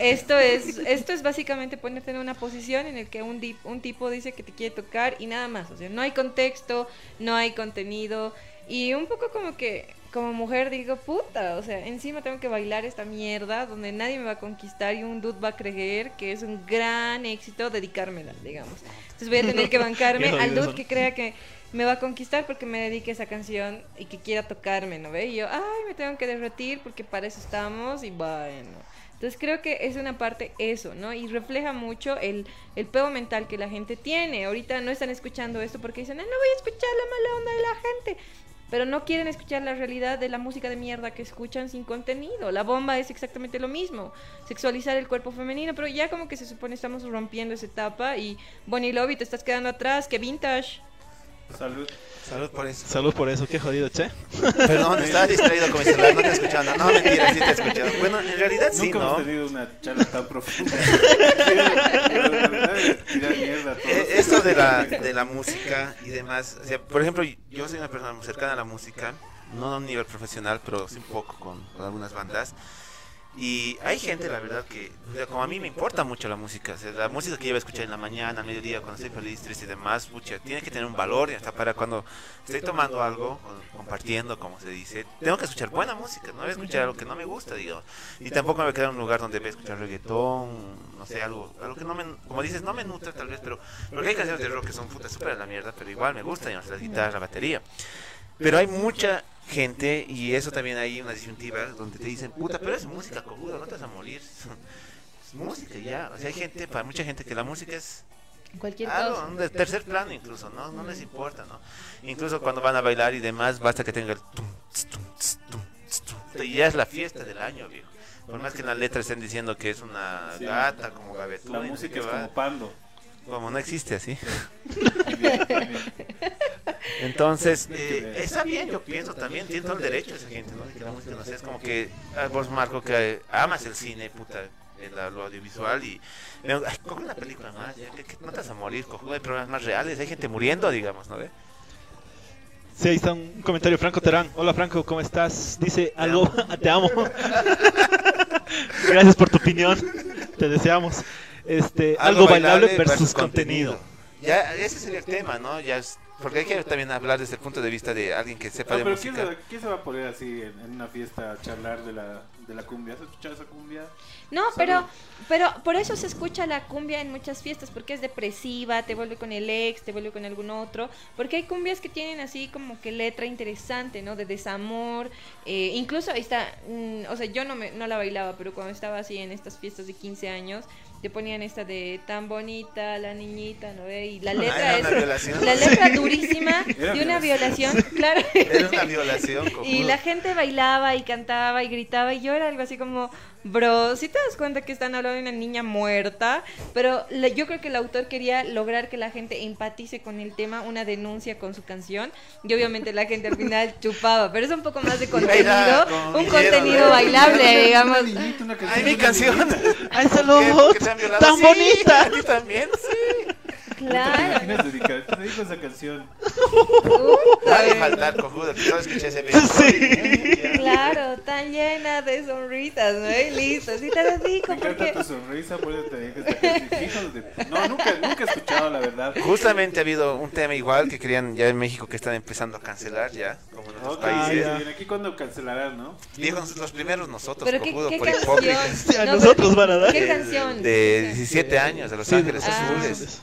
S6: Esto es, esto es básicamente ponerte en una posición en el que un, di- un tipo dice que te quiere tocar y nada más. O sea, no hay contexto, no hay contenido. Y un poco como que, como mujer digo, puta, o sea, encima tengo que bailar esta mierda donde nadie me va a conquistar y un dude va a creer que es un gran éxito dedicármela, digamos. Entonces voy a tener que bancarme
S8: Eso,
S6: al
S8: eso.
S6: dude que crea que me va a conquistar porque me dedique a esa canción y que quiera tocarme, ¿no ve? Y yo, ay, me tengo que derretir porque para eso estamos y bueno. Entonces creo que es una parte eso, ¿no? Y refleja mucho el, el pedo mental que la gente tiene. Ahorita no están escuchando esto porque dicen, ah, no voy a escuchar la mala onda de la gente. Pero no quieren escuchar la realidad de la música de mierda que escuchan sin contenido. La bomba es exactamente lo mismo. Sexualizar el cuerpo femenino. Pero ya como que se supone estamos rompiendo esa etapa. Y Bonnie Lobby, te estás quedando atrás. ¡Qué vintage!
S7: Salud.
S5: Salud por eso.
S8: Salud por eso, qué jodido, che.
S5: Perdón, estaba distraído con mi celular, no te escuchaba. No, no, mentira, sí te escuchaba. Bueno, en realidad sí,
S7: Nunca
S5: ¿no?
S7: hemos tenido una charla tan profunda. Pero la verdad es tirar mierda a todos.
S5: Eh, Esto de la, de la música y demás, o sea, por ejemplo, yo soy una persona muy cercana a la música, no a un nivel profesional, pero sí un poco con, con algunas bandas. Y hay gente, la verdad, que o sea, como a mí me importa mucho la música, o sea, la música que yo voy a escuchar en la mañana, al mediodía, cuando estoy feliz, triste y demás, pucha, tiene que tener un valor, y hasta para cuando estoy tomando algo, o compartiendo, como se dice, tengo que escuchar buena música, no voy a escuchar algo que no me gusta, digo. Y tampoco me voy a quedar en un lugar donde voy a escuchar reggaetón, no sé, algo, algo que no me, como dices, no me nutre tal vez, pero porque hay canciones de rock que son putas súper a la mierda, pero igual me gustan, y las guitarras, la batería. Pero hay mucha gente, y eso también hay una disyuntiva, donde te dicen, puta, pero es música cojuda, no te vas a morir. Es música ya. O sea, hay gente, para mucha gente que la música es
S6: Cualquier
S5: algo,
S6: cosa.
S5: un de tercer plano incluso, ¿no? No les importa, ¿no? Incluso cuando van a bailar y demás, basta que tenga el... tum, tss, tum, tss, tum, tss, tum, Y ya es la fiesta del año, viejo. Por más que en la letra estén diciendo que es una
S7: Sí.
S5: gata, como
S7: La
S5: gavetuna, y no sé
S7: música
S5: qué
S7: es
S5: va.
S7: como pando.
S5: como no existe así.
S7: Bien, bien.
S5: Entonces,
S7: Hay que
S5: eh,
S7: ver.
S5: está bien, yo pienso también, tiene todo el derecho esa gente, ¿no? De que la música no sea, es como que ah, vos, Marco, que eh, amas el cine, puta, el, lo audiovisual y. me- Ay, coge una película más, ya, que, que no te vas a morir, cojuda, hay problemas más reales, hay gente muriendo, digamos,
S8: Eh,
S5: ¿no? ve?
S8: Sí, ahí está un comentario, Franco Terán. Hola, Franco, ¿cómo estás? Dice algo, te amo. Gracias por tu opinión, te deseamos. Este, algo, bailable, versus contenido.
S5: Ya, ese sería el tema, ¿no? Ya es- porque hay que también hablar desde el punto de vista de alguien que sepa
S7: No,
S5: de
S7: Ah, pero ¿quién se,
S5: música.
S7: va- quién se va a poner así en, en una fiesta a charlar de la, de la cumbia? ¿Has escuchado esa cumbia?
S6: No,
S7: Salud.
S6: pero, pero por eso se escucha la cumbia en muchas fiestas, porque es depresiva, te vuelve con el ex, te vuelve con algún otro, porque hay cumbias que tienen así como que letra interesante, ¿no? De desamor, eh, incluso ahí está, mm, o sea, yo no, me, no la bailaba, pero cuando estaba así en estas fiestas de 15 años, te ponían esta de tan bonita la niñita, ¿no? ve? Y la letra
S5: Ah, era una
S6: es...
S5: violación.
S6: La letra durísima
S7: Era
S6: de una
S7: violación.
S6: violación, claro.
S5: Era una violación.
S6: Y
S5: cojuda.
S6: la gente bailaba y cantaba y gritaba y yo era algo así como, bro, si te das cuenta que están hablando de una niña muerta, pero la- yo creo que el autor quería lograr que la gente empatice con el tema, una denuncia con su canción y obviamente la gente al final chupaba, pero es un poco más de contenido,
S5: como
S6: un
S5: quiera,
S6: contenido
S5: ¿no?
S6: bailable, digamos.
S5: Ay, mi canción.
S8: ¡Ay,
S5: que-
S8: saludos!
S5: que te han violado.
S8: ¡Tan
S5: Sí,
S8: bonita!
S5: a ti también, sí.
S6: Claro.
S7: ¿Quién es dedicado? Te dedico a esa canción.
S5: Va
S6: puta,
S5: a faltar, cojudo, que no escuché ese video.
S8: Sí.
S6: Claro, tan llena de sonrisas, ¿no? Y listo, sí te lo digo
S7: Me encanta
S6: porque...
S7: tu sonrisa, por eso te dedico a esta canción. Hijos de- No, nunca, nunca he escuchado, la verdad.
S5: Justamente ha habido un tema igual que querían ya en México que están empezando a cancelar ya, como en otros
S7: Ok,
S5: países.
S7: bien, aquí cuando cancelarán, ¿no?
S5: Dijo los primeros nosotros,
S6: Pero qué,
S5: cojudo,
S6: qué
S5: por
S6: canción.
S5: hipócritas.
S8: Sí, a
S6: No,
S8: nosotros
S6: pero-
S8: van a dar.
S6: ¿Qué
S5: De-
S6: canción?
S5: De 17 años, de Los Ángeles
S6: Ah.
S8: Pues,
S5: Azules.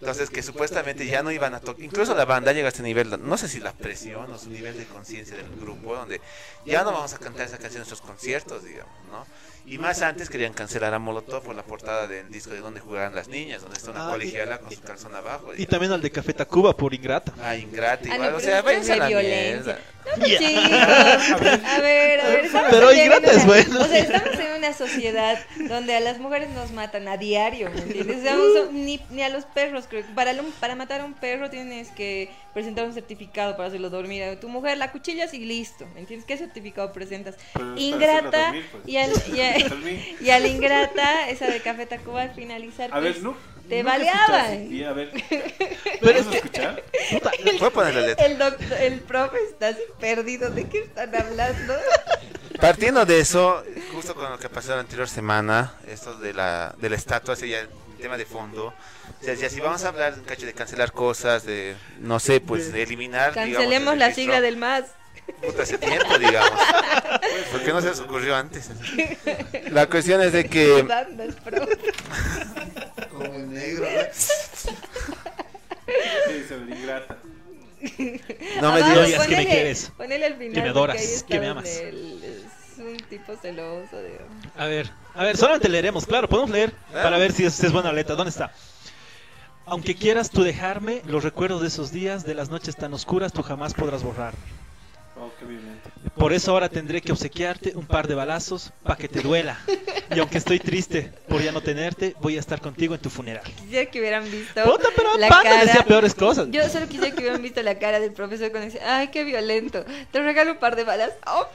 S5: Entonces, que supuestamente ya no iban a tocar. Incluso la banda llega a este nivel, no sé si la presión o su nivel de conciencia del grupo, donde ya no vamos a cantar esa canción en sus conciertos, digamos, ¿no? Y más antes querían cancelar a Molotov por la portada del disco de donde jugarán las niñas, donde está una
S8: Ah, y-
S5: colegiala con su calzón abajo.
S8: Y
S5: digamos.
S8: también al de Café Tacuba por ingrata.
S5: Ah, ingrata,
S6: Ah, no,
S5: igual.
S6: pero
S5: o
S6: eso
S5: sea,
S6: es
S5: váyanse a
S6: de
S5: la
S6: violencia.
S5: mierda.
S6: Chicos, a ver, a ver. estamos
S8: Pero hay
S6: llegando
S8: gratis,
S6: a-
S8: bueno.
S6: O sea, estamos en una sociedad donde a las mujeres nos matan a diario, ¿me entiendes? O sea, no son- ni, ni a los perros, creo. que Para, lo- para matar a un perro tienes que presentar un certificado para hacerlo dormir. A tu mujer la cuchillas y listo, ¿me entiendes? ¿Qué certificado presentas?
S7: Pero Pues, para hacerla
S6: Ingrata
S7: dormir, pues.
S6: y al, y a-
S7: Dormir.
S6: y al ingrata, esa de Café Tacuba al finalizar.
S7: A ver,
S6: pues,
S7: no.
S6: Te
S7: nunca
S6: baleaban.
S7: escuchaste. Sí, a ver.
S8: Pero
S7: Pero
S8: es
S7: es
S8: que-
S7: escuchar?
S8: Puta,
S5: Voy a ponerle letra.
S6: El, doctor, el profe está así perdido de qué están hablando.
S5: Partiendo de eso, justo con lo que pasó la anterior semana, esto de la, de la estatua, ese ya el tema de fondo. O sea, ya si vamos a hablar un cacho de cancelar cosas, de no sé, pues de eliminar. digamos,
S6: Cancelemos
S5: el
S6: la
S5: registro,
S6: sigla del más.
S5: puta, hace tiempo, digamos. ¿Por qué no se les ocurrió antes? La cuestión es de
S8: Eh,
S5: que.
S6: Bandas, profe.
S5: Como el negro,
S7: Sí, sobre el ingrata.
S5: No me
S6: Abajo,
S5: digas.
S8: digas que me
S6: ponele-
S8: quieres,
S6: Ponele al final.
S8: que me
S6: porque
S8: adoras,
S6: ahí está
S8: que me
S6: donde
S8: amas.
S6: el- es un tipo celoso. De...
S8: A ver, a ver, solamente leeremos, claro, podemos leer para ver si es, si es buena letra. ¿Dónde está? Aunque quieras tú dejarme, los recuerdos de esos días, de las noches tan oscuras, tú jamás podrás borrar.
S7: Oh, qué violento.
S8: Por eso ahora tendré que obsequiarte un par de balazos para que te duela. Y aunque estoy triste por ya no tenerte, voy a estar contigo en tu funeral.
S6: Quisiera que hubieran visto
S8: Puta, pero
S6: Oh, la
S8: Panda
S6: cara.
S8: decía peores cosas.
S6: Yo solo quisiera que hubieran visto la cara del profesor cuando dice, ay, qué violento. Te regalo un par de balas. ¡Oh,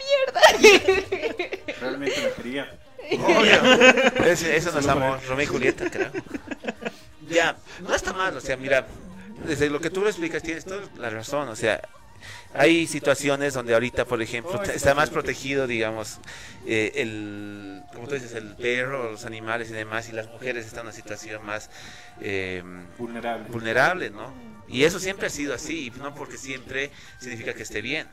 S6: mierda!
S7: Realmente me quería.
S5: Obvio. Es- eso nos amó Romeo y Julieta, creo. Ya, no está mal, o sea, mira, desde lo que tú lo explicas tienes toda la razón, o sea, hay situaciones donde ahorita, por ejemplo, está más protegido, digamos, eh, el, como tú dices, el perro, los animales y demás, y las mujeres están en una situación más eh,
S7: Vulnerable.
S5: vulnerable, ¿no? Y eso siempre ha sido así, y no porque siempre significa que esté bien.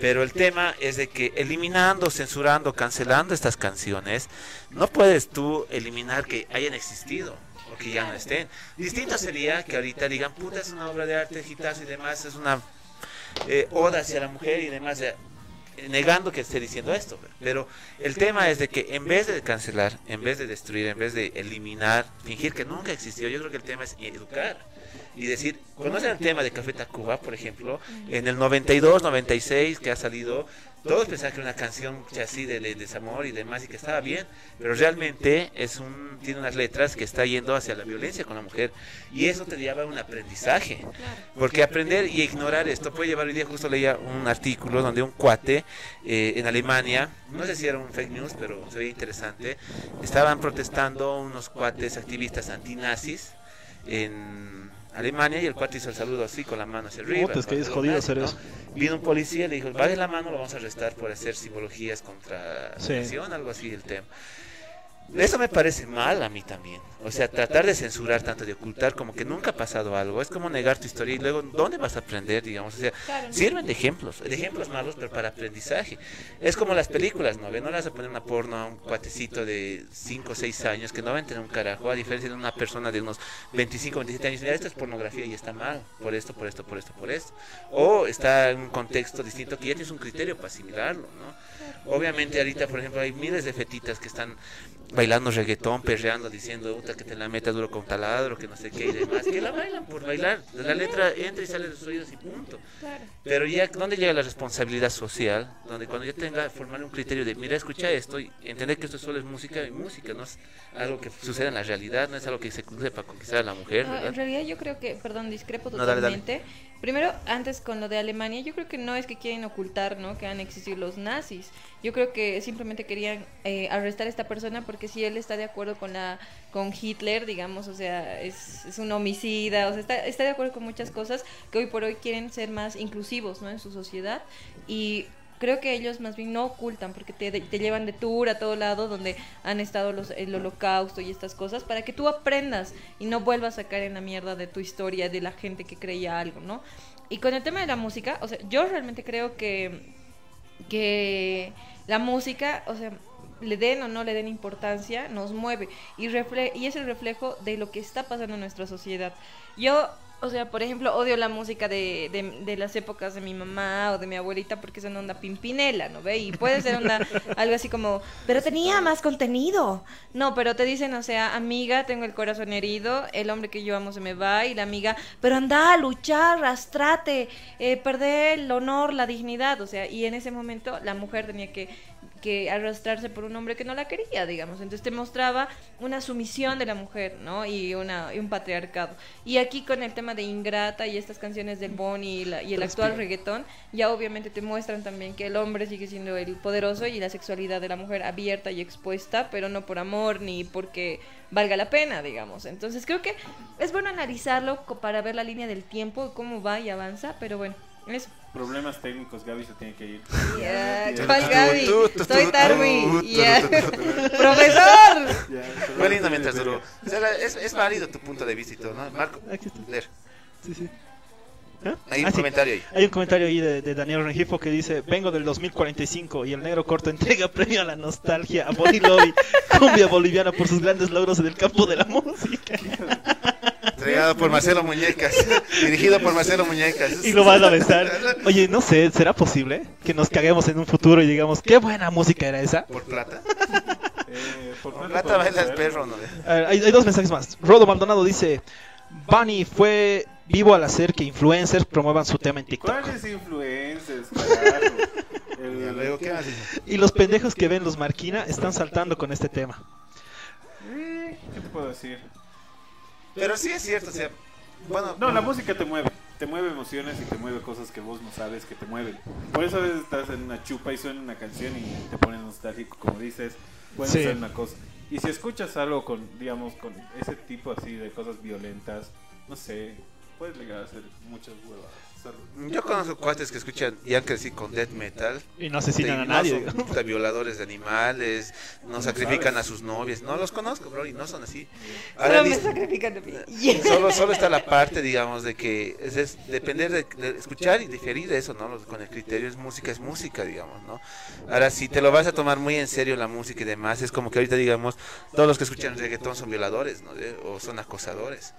S5: Pero el tema es de que eliminando, censurando, cancelando estas canciones, no puedes tú eliminar que hayan existido o que ya no estén. Distinto sería que ahorita digan, puta, es una obra de arte, gitazo y demás, es una eh, oda hacia la mujer y demás, eh, negando que esté diciendo esto. Pero el tema es de que en vez de cancelar, en vez de destruir, en vez de eliminar, fingir que nunca existió, yo creo que el tema es educar. Y decir, conocen el tema de Café Tacuba, por ejemplo, en el 92, 96 que ha salido, todos pensaban que era una canción así de, de desamor y demás y que estaba bien, pero realmente es un, tiene unas letras que está yendo hacia la violencia con la mujer y eso te lleva a un aprendizaje. Porque aprender y ignorar esto puede llevar, hoy día justo leía un artículo donde un cuate eh, en Alemania, no sé si era un fake news, pero se veía interesante, estaban protestando unos cuates activistas antinazis en Alemania y el cuate hizo el saludo así con la mano hacia arriba.
S8: Puta, es que es
S5: ¿no?
S8: jodido hacer eso.
S5: Vino un policía y le dijo, baje la mano, lo vamos a arrestar por hacer simbologías contra la
S8: Sí.
S5: nación", algo así el tema. Eso me parece mal a mí también. O sea, tratar de censurar tanto, de ocultar como que nunca ha pasado algo, es como negar tu historia y luego, ¿dónde vas a aprender, digamos? O sea, sirven de ejemplos, de ejemplos malos, pero para aprendizaje. Es como las películas, ¿no? Ve, No le vas a poner una porno a un cuatecito de 5 o 6 años que no va a entender un carajo, a diferencia de una persona de unos 25, 27 años. Mira, esto es pornografía y está mal, por esto, por esto, por esto, por esto. O está en un contexto distinto que ya tienes un criterio para asimilarlo, ¿no? Obviamente, ahorita, por ejemplo, hay miles de fetitas que están bailando reggaetón, perreando, diciendo puta, que te la meta duro con taladro, que no sé qué y demás, que la bailan por bailar, la letra entra y sale de sus oídos y punto. Pero ya, ¿dónde llega la responsabilidad social? Donde cuando yo tenga formar un criterio de, mira, escucha esto y entender que esto solo es música y música, no es algo que suceda en la realidad, no es algo que se cruce para conquistar a la mujer,
S6: No, Ah, en
S5: ¿verdad?
S6: realidad yo creo que, perdón, discrepo
S5: No, dale,
S6: totalmente.
S5: dale.
S6: Primero, antes con lo de Alemania, yo creo que no es que quieren ocultar, ¿no? Que han existido los nazis. Yo creo que simplemente querían eh, arrestar a esta persona porque si él está de acuerdo con la con Hitler, digamos, o sea, es, es un homicida, o sea, está, está de acuerdo con muchas cosas que hoy por hoy quieren ser más inclusivos, ¿no? En su sociedad y creo que ellos más bien no ocultan porque te, te llevan de tour a todo lado donde han estado los, el holocausto y estas cosas para que tú aprendas y no vuelvas a caer en la mierda de tu historia de la gente que creía algo, ¿no? Y con el tema de la música, o sea, yo realmente creo que que la música, o sea, le den o no le den importancia, nos mueve y, refle y es el reflejo de lo que está pasando en nuestra sociedad. Yo, o sea, por ejemplo, odio la música de, de- de las épocas de mi mamá o de mi abuelita porque es una onda pimpinela, ¿no ve? Y puede ser onda, algo así como, pero tenía más contenido. No, pero te dicen, o sea, amiga, tengo el corazón herido, el hombre que yo amo se me va y la amiga, pero anda a luchar, arrastrate, eh, perder el honor, la dignidad, o sea, y en ese momento la mujer tenía que que arrastrarse por un hombre que no la quería, digamos. Entonces te mostraba una sumisión de la mujer, ¿no? Y, una, y un patriarcado. Y aquí con el tema de Ingrata y estas canciones del Bonnie y, la- y el actual reggaetón, ya obviamente te muestran también que el hombre sigue siendo el poderoso y la sexualidad de la mujer abierta y expuesta, pero no por amor ni porque valga la pena, digamos. Entonces creo que es bueno analizarlo co- para ver la línea del tiempo, cómo va y avanza, pero bueno, eso.
S7: Problemas técnicos, Gaby se tiene que ir.
S6: Ya,
S7: Ya,
S6: ¿cuál
S7: ya,
S6: Gaby?
S5: tu, tu, tu,
S6: Soy
S5: tu,
S6: Darby.
S5: tu,
S6: Ya.
S5: tu, tu, tu, tu.
S6: ¡Profesor!
S7: ya, solo-
S5: Fue lindo mientras duró. O sea, la- es, es válido tu punto de vista y todo, ¿no? Marco,
S9: Aquí está.
S5: leer.
S9: Sí, sí.
S8: ¿Eh?
S9: ¿Ah?
S5: Hay
S9: Ah,
S5: un
S9: sí.
S5: comentario ahí.
S9: Hay un comentario ahí de, de Daniel Rengifo que dice: Vengo del 2045 y el negro corto entrega premio a la nostalgia a Body Lobby, cumbia boliviana por sus grandes logros en el campo de la música.
S5: Entregado por Marcelo Muñecas. Dirigido por Marcelo Muñecas.
S9: Y lo van a besar. Oye, no sé, ¿será posible que nos caguemos en un futuro y digamos: Qué buena música era esa?
S5: Por plata.
S7: Eh, por
S5: Por
S7: plata
S5: plata
S7: podemos
S5: baila el
S7: ver.
S5: perro, ¿no?
S9: A ver, hay, hay dos mensajes más. Rodo Maldonado dice: Bunny fue vivo al hacer que influencers promuevan su tema en TikTok.
S7: ¿Cuáles influencers, carajo? El-
S5: Ya luego, ¿qué más?
S9: Y los pendejos que ven los Marquina están saltando con este tema.
S7: Eh, ¿Qué te puedo decir?
S5: Pero sí es cierto, o sea, bueno,
S7: No, la música te mueve. Te mueve emociones y te mueve cosas que vos no sabes que te mueven. Por eso a veces estás en una chupa y suena una canción y te pones nostálgico, como dices. Puede
S9: Sí.
S7: ser una cosa. Y si escuchas algo con, digamos, con ese tipo así de cosas violentas, no sé, puedes llegar a hacer muchas huevas. Salud.
S5: yo conozco cuates que escuchan y han crecido con death metal.
S9: Y no asesinan a
S5: y no
S9: nadie.
S5: son,
S9: digamos.
S5: puta, violadores de animales, no sacrifican a sus novias. No los conozco, bro, y no son así. Ahora,
S6: Solo me
S5: dis-
S6: sacrifican de mí. Yeah.
S5: solo, solo está la parte, digamos, de que es, es depender de, de escuchar y digerir eso, ¿no? Los- Con el criterio es música, es música, digamos, ¿no? Ahora, si te lo vas a tomar muy en serio la música y demás, es como que ahorita, digamos, todos los que escuchan reggaetón son violadores, ¿no? De- O son acosadores.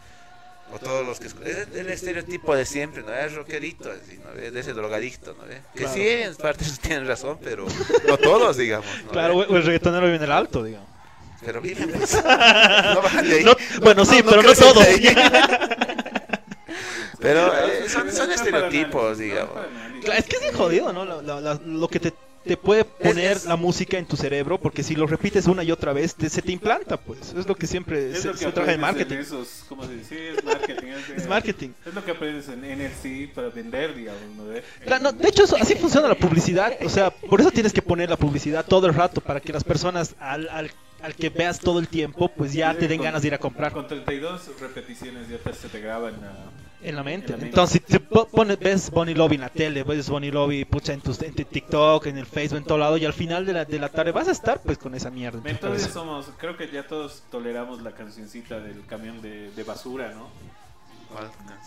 S5: O todos los que escu- es el estereotipo de siempre, ¿no? Es rockerito, así, ¿no? ¿Eh? De ese drogadicto, ¿no? ve? Que sí, en parte tienen razón, pero no todos, digamos, ¿no? ¿Eh?
S9: Claro, o o el reggaetonero viene el alto, digamos.
S5: Pero viven, pues. No bajan de ahí.
S9: No- bueno, sí, pero no
S5: crecen de
S9: todos.
S5: ahí. pero eh, son, son
S7: No es para
S5: estereotipos,
S7: nadie, No
S5: digamos.
S7: es para nadie.
S9: Claro, es que es bien jodido, ¿no? La- la- la- lo que te, te puede poner la música en tu cerebro, porque si lo repites una y otra vez, te- se te implanta, pues. Es lo que siempre
S7: Es
S9: se,
S7: lo que
S9: se trabaja en
S7: aprendes en
S9: marketing.
S7: esos, ¿cómo se dice? Sí, es marketing. es, de-
S9: Es marketing.
S7: Es lo que aprendes en NLC para vender, digamos, ¿no? De,
S9: Claro, no, de hecho, eso- así funciona la publicidad. O sea, por eso tienes que poner la publicidad todo el rato, para que las personas al, al, al que veas todo el tiempo, pues ya te den ganas de ir a comprar.
S7: Con 32 repeticiones ya te, se te graban. ah,
S9: En la mente.
S7: En la mente.
S9: Entonces, si te po- pones, ves Bonnie Lobby en la tele, ves Bonnie Lobby pucha, en, tus, en tu TikTok, en el Facebook, en todo lado, y al final de la, de la tarde vas a estar pues con esa mierda. en tu
S7: Entonces
S9: cabeza.
S7: somos, creo que ya todos toleramos la cancioncita del camión de, de basura, ¿no?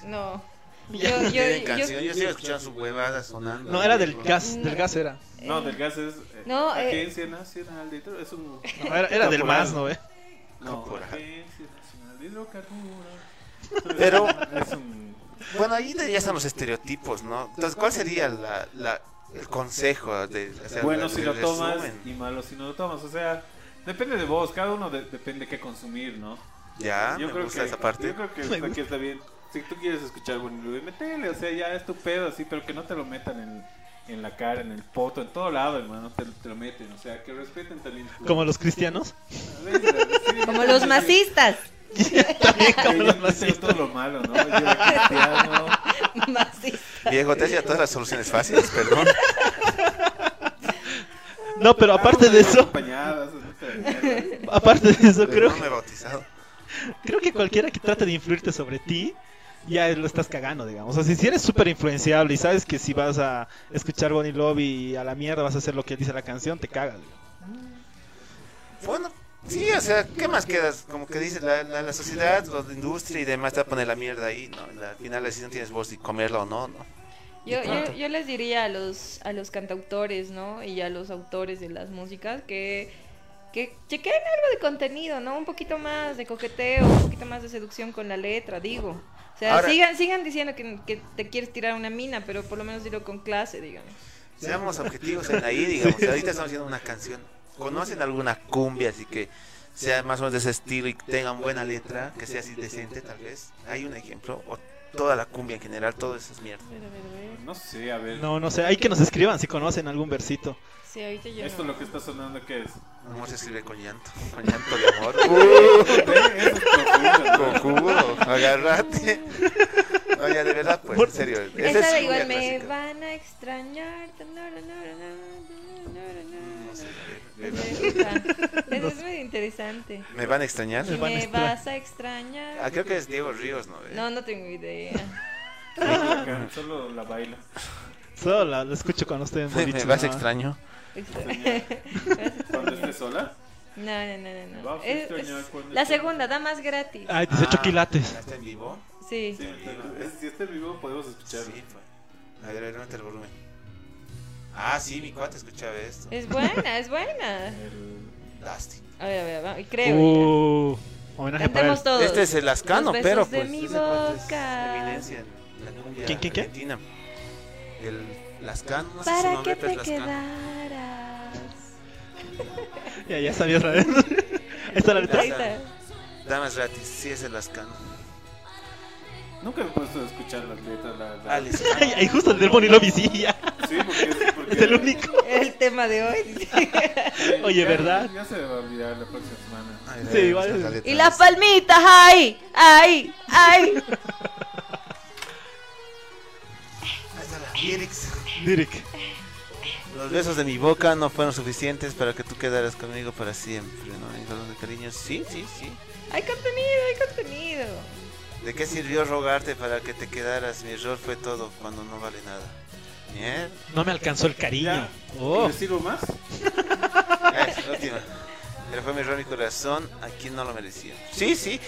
S6: No. Yo,
S5: Yo,
S6: yo, yo,
S5: canción, yo sigo escuchando sus huevadas sonando.
S9: No, era del gas, del gas era.
S7: No, del gas es... eh,
S6: No, eh,
S7: Agencia Nacional de Hidro- Es un...
S9: No, era, era del
S7: Corporal.
S9: más, ¿no? eh?
S7: No,
S5: Corporal.
S7: Agencia Nacional de Hidrocarburos.
S5: Pero-
S7: Es un...
S5: Bueno, ahí ya están los estereotipos, ¿no? Entonces, ¿cuál sería la, la- el consejo? De, o sea,
S7: bueno
S5: la-
S7: si
S5: el
S7: lo tomas
S5: resumen?
S7: y malo si no lo tomas. O sea, depende de vos. Cada uno de- depende qué consumir, ¿no?
S5: Ya,
S7: yo
S5: Ah, me
S7: creo
S5: gusta
S7: que,
S5: esa parte.
S7: Yo creo que está, que está bien. Si tú quieres escuchar Bonnie Lube, metele, o sea, ya es tu pedo así, pero que no te lo metan en, en la cara, en el poto, en todo lado, hermano, te, te lo meten. O sea, que respeten también tu-
S9: Como los cristianos.
S7: Sí,
S6: Como
S7: sí,
S6: los
S7: sí,
S6: masistas.
S9: También
S7: sí,
S9: como
S7: yo
S9: los
S7: no sé
S9: masistas.
S7: todo lo malo, ¿no? Yo era cristiano.
S6: Masistas.
S5: Diego, te hacía todas las soluciones fáciles, perdón.
S9: No, pero aparte de eso,
S7: Acompañadas, etcétera.
S9: aparte de eso, creo,
S5: No me he bautizado.
S9: creo que cualquiera que trate de influirte sobre ti, ya lo estás cagando, digamos. O sea, si eres súper influenciable y sabes que si vas a escuchar Bonnie Lobby y a la mierda vas a hacer lo que dice la canción, te cagas. digamos.
S5: Bueno, sí, o sea, ¿qué más quedas? Como que dice la, la, la sociedad, la industria y demás te va a poner la mierda ahí, ¿no? La- al final la decisión tienes vos si comerla o no, ¿no?
S6: Yo,
S5: Y
S6: yo,
S5: punto.
S6: yo les diría a los, a los cantautores, ¿no? Y a los autores de las músicas que, que chequen algo de contenido, ¿no? Un poquito más de coqueteo, un poquito más de seducción con la letra, digo. O sea,
S5: Ahora-
S6: sigan, sigan diciendo que, que te quieres tirar una mina, pero por lo menos dilo con clase, digamos.
S5: Seamos objetivos en ahí, digamos. Ahorita estamos haciendo una canción. ¿Conocen alguna cumbia así que sea más o menos de ese estilo y tengan buena letra, que sea así decente tal vez? ¿Hay un ejemplo? ¿O toda la cumbia en general, todo eso es mierda?
S7: No sé, a ver.
S9: No, no sé, hay que nos escriban si conocen algún versito.
S6: Sí, ahorita yo
S7: Esto
S6: no.
S7: lo que está sonando, ¿qué es?
S5: Amor se escribe con llanto. Con llanto de amor.
S7: Eso es profundo, ¿no?
S5: Goku, agárrate. No, ya, de verdad, pues, en serio. ese
S6: Esa de
S5: es
S6: igual
S5: una
S6: me
S5: clásica.
S6: van a extrañar. tanara, nara, nara, nara, nara".
S5: No sé, de
S6: Pues
S5: verdad.
S6: me gusta. Eso es muy interesante.
S5: ¿Me van a extrañar?
S6: Y
S9: van a
S6: Me
S9: extrañar.
S6: vas a extrañar.
S5: Ah, creo que es Diego Ríos, ¿no? Eh,
S6: No, no tengo idea.
S7: Acá, Solo la baila.
S9: Solo la, la escucho cuando estoy en
S5: Me,
S9: boliche,
S5: vas
S9: ¿no?
S5: extraño.
S6: Extra-
S7: Cuando esté sola.
S6: Este, No, no, no, no. no.
S7: Vamos a
S6: Es-
S7: extrañar
S6: es-
S7: cuando
S6: La
S7: esté-
S6: segunda, da más gratis.
S9: Ay, 18
S5: Ah,
S9: quilates.
S5: ¿Está en vivo?
S6: Sí.
S7: Sí, entonces, si está en vivo, podemos escucharlo.
S5: Sí, fue. A ver, levanta el volumen. Ah, sí, mi cuate escuchaba esto.
S6: Es buena, es buena.
S5: Dusty.
S6: A ver, a ver, va- creo. ya.
S9: Uh, homenaje para él.
S6: Cantemos todos.
S5: Este es el Ascano,
S6: Los besos
S5: pero pues.
S6: de mi
S5: ese cuate es
S6: boca.
S5: Eminencia en la cumbia
S9: ¿Quién, quién, quién?
S5: argentina. El Lascano, no sé su
S6: Para
S5: nombre,
S6: que
S5: pero
S6: te
S5: es Lascano.
S6: quedaras.
S9: Ya, ya sabías la letra. Ahí está la letra.
S6: Ahí está.
S5: Damas gratis, sí es el Ascano.
S7: Nunca me he puesto a escuchar las letras. La, la-
S5: Alex.
S9: Ay, ay, justo el del Bonnie Lobby, sí, ya.
S7: Sí, porque es, porque
S9: Es el único.
S6: El tema de hoy. dice.
S7: Sí,
S9: Oye,
S7: ya-
S9: ¿verdad?
S7: Ya se va a olvidar la próxima semana.
S5: Ay,
S9: Sí,
S5: ay,
S9: igual
S5: las
S9: es-
S5: letras.
S6: Y las palmitas, ay, ay, ay.
S5: Ahí está la lyrics.
S9: Dirk.
S5: Los besos de mi boca no fueron suficientes para que tú quedaras conmigo para siempre, ¿no? Y solo de cariño, sí, sí, sí.
S6: Hay contenido, hay contenido.
S5: ¿De qué sirvió rogarte para que te quedaras? Mi error fue todo cuando no vale nada. Mierda.
S9: No me alcanzó el cariño.
S7: ¿Y
S9: Oh,
S7: ¿Le sigo más?
S5: Eh, última. Pero fue mi error mi corazón, a quien no lo merecía. Sí, sí.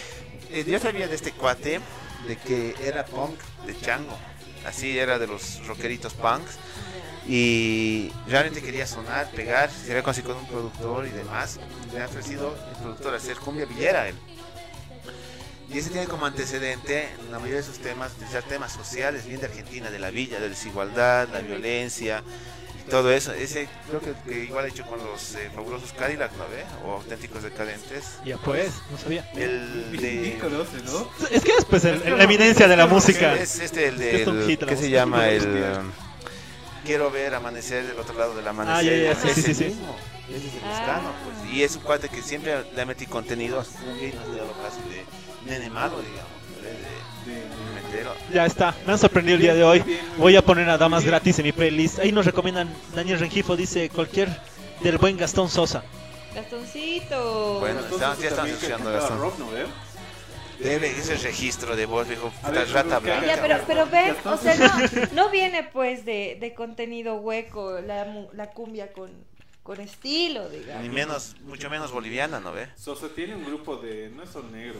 S5: Eh, yo sabía de este cuate, de que era punk de chango. Así era de los rockeritos punks. Y realmente quería sonar, pegar, se había conseguido un productor y demás. Le ha ofrecido el productor hacer cumbia villera a él. Y ese tiene como antecedente, en la mayoría de sus temas, utilizar temas sociales, bien de Argentina, de la villa, de la desigualdad, la violencia, y todo eso. Ese creo que, que igual ha hecho con los eh, fabulosos Cadillac, ¿no ve? O auténticos decadentes.
S9: ya pues, no sabía.
S5: El de...
S7: Sí, conoce, ¿no?
S9: Es que es pues el- el- la eminencia de la música.
S5: Es este el de
S9: Es un hit, la
S5: ¿qué se
S9: música.
S5: llama el um, Quiero ver amanecer del otro lado del amanecer.
S9: Ah, ya, ya, sí,
S5: Es
S9: sí,
S5: el
S9: sí, sí.
S5: mismo, es el
S6: Ah.
S5: Lescano, pues, y es un cuate que siempre le ha metido contenido a su cumbia y no le ha dado casi de nene malo, digamos, de, de-
S7: De-
S5: de metero.
S9: Ya está, me han sorprendido el día de hoy. Voy a poner a damas gratis en mi playlist. Ahí nos recomiendan Daniel Rengifo, dice cualquier del buen Gastón Sosa.
S6: Gastoncito.
S5: Bueno,
S7: Gastón
S5: estamos-
S7: Sosa
S5: ya estamos
S7: también que
S5: escuchando,
S7: cantaba
S5: Gastón.
S7: rock, ¿no eh? ve?
S5: Debe ese registro de voz, viejo,
S7: A ver,
S5: puta rata
S7: pero-
S5: blanca.
S6: Ya, pero,
S5: güey.
S6: pero ven, o sea, no, no viene pues de, de contenido hueco la, mu- la cumbia con, con estilo,
S5: Ni
S6: digamos.
S5: menos, mucho menos boliviana, ¿no ve?
S7: Sosa tiene un grupo de. No es son negro,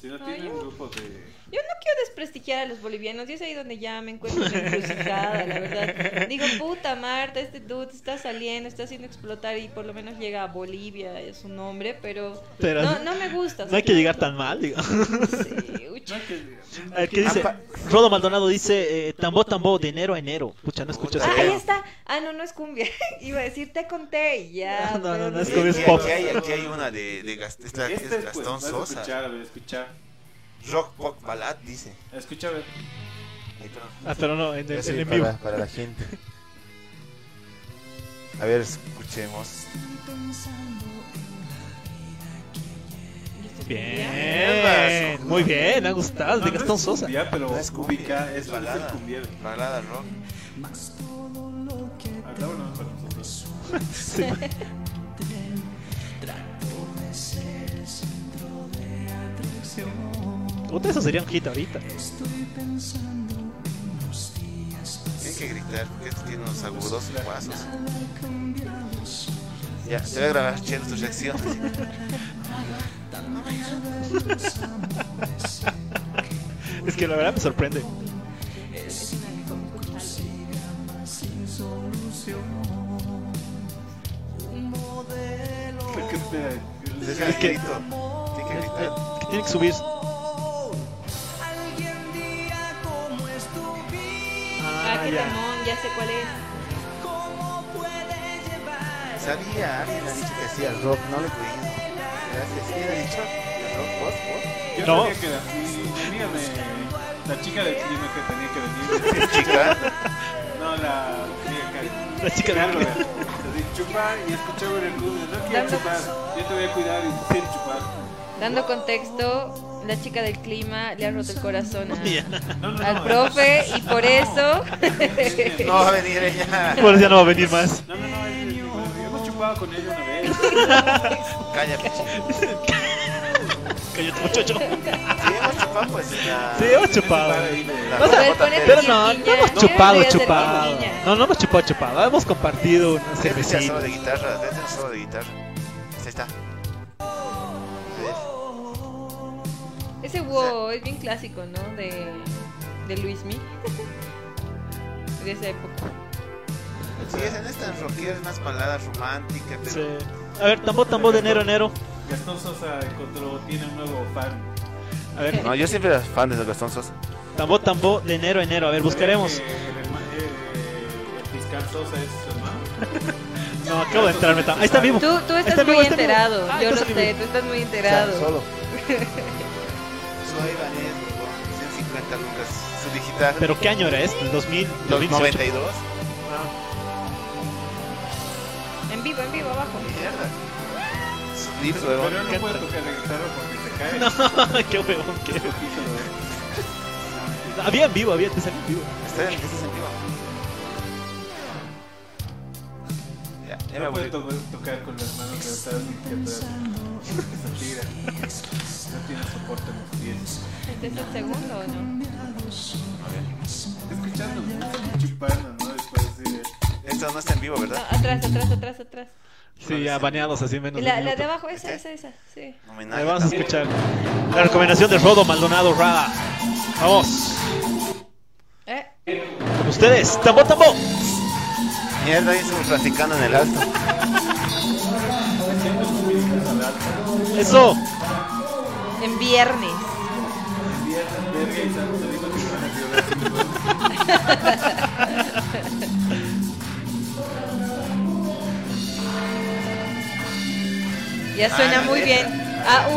S7: sino
S6: No,
S7: tiene un
S6: yo-
S7: grupo de.
S6: Yo no quiero desprestigiar a los bolivianos, y es ahí donde ya me encuentro en la encrucijada, la verdad. Digo, puta Marta, este dude está saliendo, está haciendo explotar y por lo menos llega a Bolivia, es su nombre, pero,
S9: Pero-
S6: no, no me gusta. o
S9: No
S6: sea,
S9: hay que llegar tan mal, digo.
S6: sí, uch,
S9: A ver, ¿qué dice? Rodo Maldonado dice, eh, tambo, tambo, de enero a enero. Pucha, no escucho ese
S6: Ah, ahí
S9: tema.
S6: está. Ah, no, no es cumbia. Iba a decir te conté y ya.
S9: No, no,
S6: pero
S9: no, no es
S5: Y
S9: cumbia,
S5: Aquí,
S9: es pop.
S5: aquí hay, aquí hay una de, de Gast- es la- es
S7: Este es pues,
S5: Gastón
S7: vas a
S5: Sosa.
S7: escuchar, a ver, escuchar.
S5: Rock pop ballad, dice.
S7: Escucha, a ver.
S5: Ay, perdón.
S9: Ah, pero no, en el,
S5: Eso
S9: en
S5: es
S9: el vivo.
S5: Para, para la gente. A ver, escuchemos.
S9: Bien, muy bien, me ha gustado, de
S7: No, no
S9: Gastón
S7: es
S9: Sosa.
S7: cumbia, pero
S5: No es cumbia,
S7: ubica, es,
S5: es
S7: es
S5: balada.
S7: el cumbiero.
S5: Balada rock.
S7: Ah, está bueno, para nosotros.
S9: Puta, eso sería un hit ahorita.
S5: Tiene que gritar, porque esto tiene unos agudos guasos. Ya, te voy a grabar, Chelo, tu reacción.
S9: Es que la verdad me sorprende.
S7: Porque este-
S5: Pues Es que grito. Tiene que
S9: Eh,
S5: gritar.
S9: que tiene que subir.
S6: Ah,
S9: Ah,
S6: qué
S9: ya.
S6: temón, ya sé cuál es.
S5: Sabía, alguien ha dicho que hacía rock, no lo creí. Gracias. ¿Quién ha dicho? ¿De rock, pop, pop?
S7: Yo
S9: No.
S7: sabía que la- mi, mi amiga me. La chica del clima que tenía que venir.
S5: Chica,
S9: La chica de
S7: Claro,
S9: Brooklyn.
S7: así, chupar y escuchaba en el club. No quiero
S6: Dame-
S7: chupar, yo te voy a cuidar y decir chupar.
S6: Dando contexto, la chica del clima le ha roto el corazón a-
S7: No, no, no.
S6: al profe y por eso.
S5: No va a venir ella.
S9: Por eso ya no va a venir más.
S7: No, no, no. es- es- es- Hemos chupado con ella una vez.
S5: Cállate.
S9: Cállate, muchacho.
S5: Sí, hemos chupado, pues. la-
S9: Sí, hemos chupado.
S5: la- la-
S9: O sea,
S5: la-
S6: ponete-
S9: Pero no, no
S6: Quinquiña.
S9: hemos
S6: No,
S9: chupado,
S6: voy a ser
S9: chupado.
S6: quinquiña.
S9: No, no hemos chupado, chupado. Hemos compartido una
S5: Sí, vete al solo
S9: cervecita.
S5: de guitarra, vete al solo de guitarra. Ahí está. Sí.
S6: Ese wow es bien clásico, ¿no? De, de Luismi. De esa época.
S5: Sí, es en estas rockeras más baladas románticas, pero...
S9: Sí. A ver, tambo, tambo de enero, enero.
S7: Gastón Sosa encontró, tiene un nuevo fan.
S9: A ver,
S5: No, yo siempre era fan de los Gastón Sosa.
S9: tambo, tambo de enero, enero. A ver, buscaremos.
S7: ¿Sabías que El, herma- eh, el fiscal Sosa es su hermano.
S9: No, acabo de entrarme. tam- Ahí está vivo.
S6: Tú, tú
S9: Está
S6: estás
S9: vivo,
S6: muy
S9: está vivo.
S6: enterado,
S9: Ah,
S6: yo lo
S9: entonces
S6: sé, tú estás muy enterado.
S5: Soy Vanés, Borbón, 150 lucas. Su digital,
S9: Pero ¿qué año era este? ¿El 2000?
S5: los
S9: 2018.
S5: 92.
S6: En vivo, en vivo, abajo.
S5: Mierda. Su libro,
S7: Pero
S5: huevón.
S7: no puede tocar la guitarra porque se cae.
S9: qué huevón, qué huevón. Había en vivo, había, te salió en vivo.
S5: Está en ese sentido. Ya, ya me
S7: No puede
S5: aburrí.
S7: to- tocar con las manos levantadas ni atrás. Se tira. No tiene soporte en los pies.
S6: ¿Este es el segundo o no?
S7: Escuchando música, chupando, ¿no? Después de...
S5: Esto no está en vivo,
S6: No,
S5: ¿verdad?
S6: Ah, atrás, atrás, atrás, atrás.
S9: Sí, ya baneados así menos. de
S6: La,
S9: un
S6: la de
S9: minuto.
S6: abajo, esa, esa, esa. Sí.
S9: A
S5: Homenaje.
S9: ver, vamos a escuchar la recomendación de Rodo Maldonado Rada. Vamos,
S6: Eh,
S9: con ustedes, tambo, tambo.
S5: Mierda, ahí estamos platicando en el alto.
S9: Eso,
S6: en viernes. Ya suena
S5: Ah,
S6: muy
S5: la
S6: bien. Ah, ¡uh!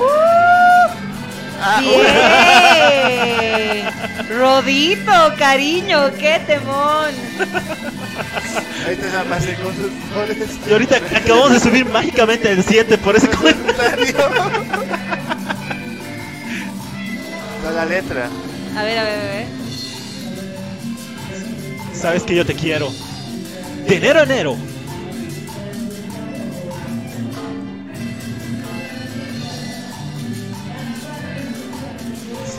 S6: ¡Bien! Rodito, cariño, qué temón.
S5: Ahí te la pasé con sus flores.
S9: y ahorita acabamos de subir mágicamente el 7 por ese comentario.
S5: Toda la letra.
S6: A ver, a ver, a ver.
S9: Sabes que yo te quiero. De enero a enero.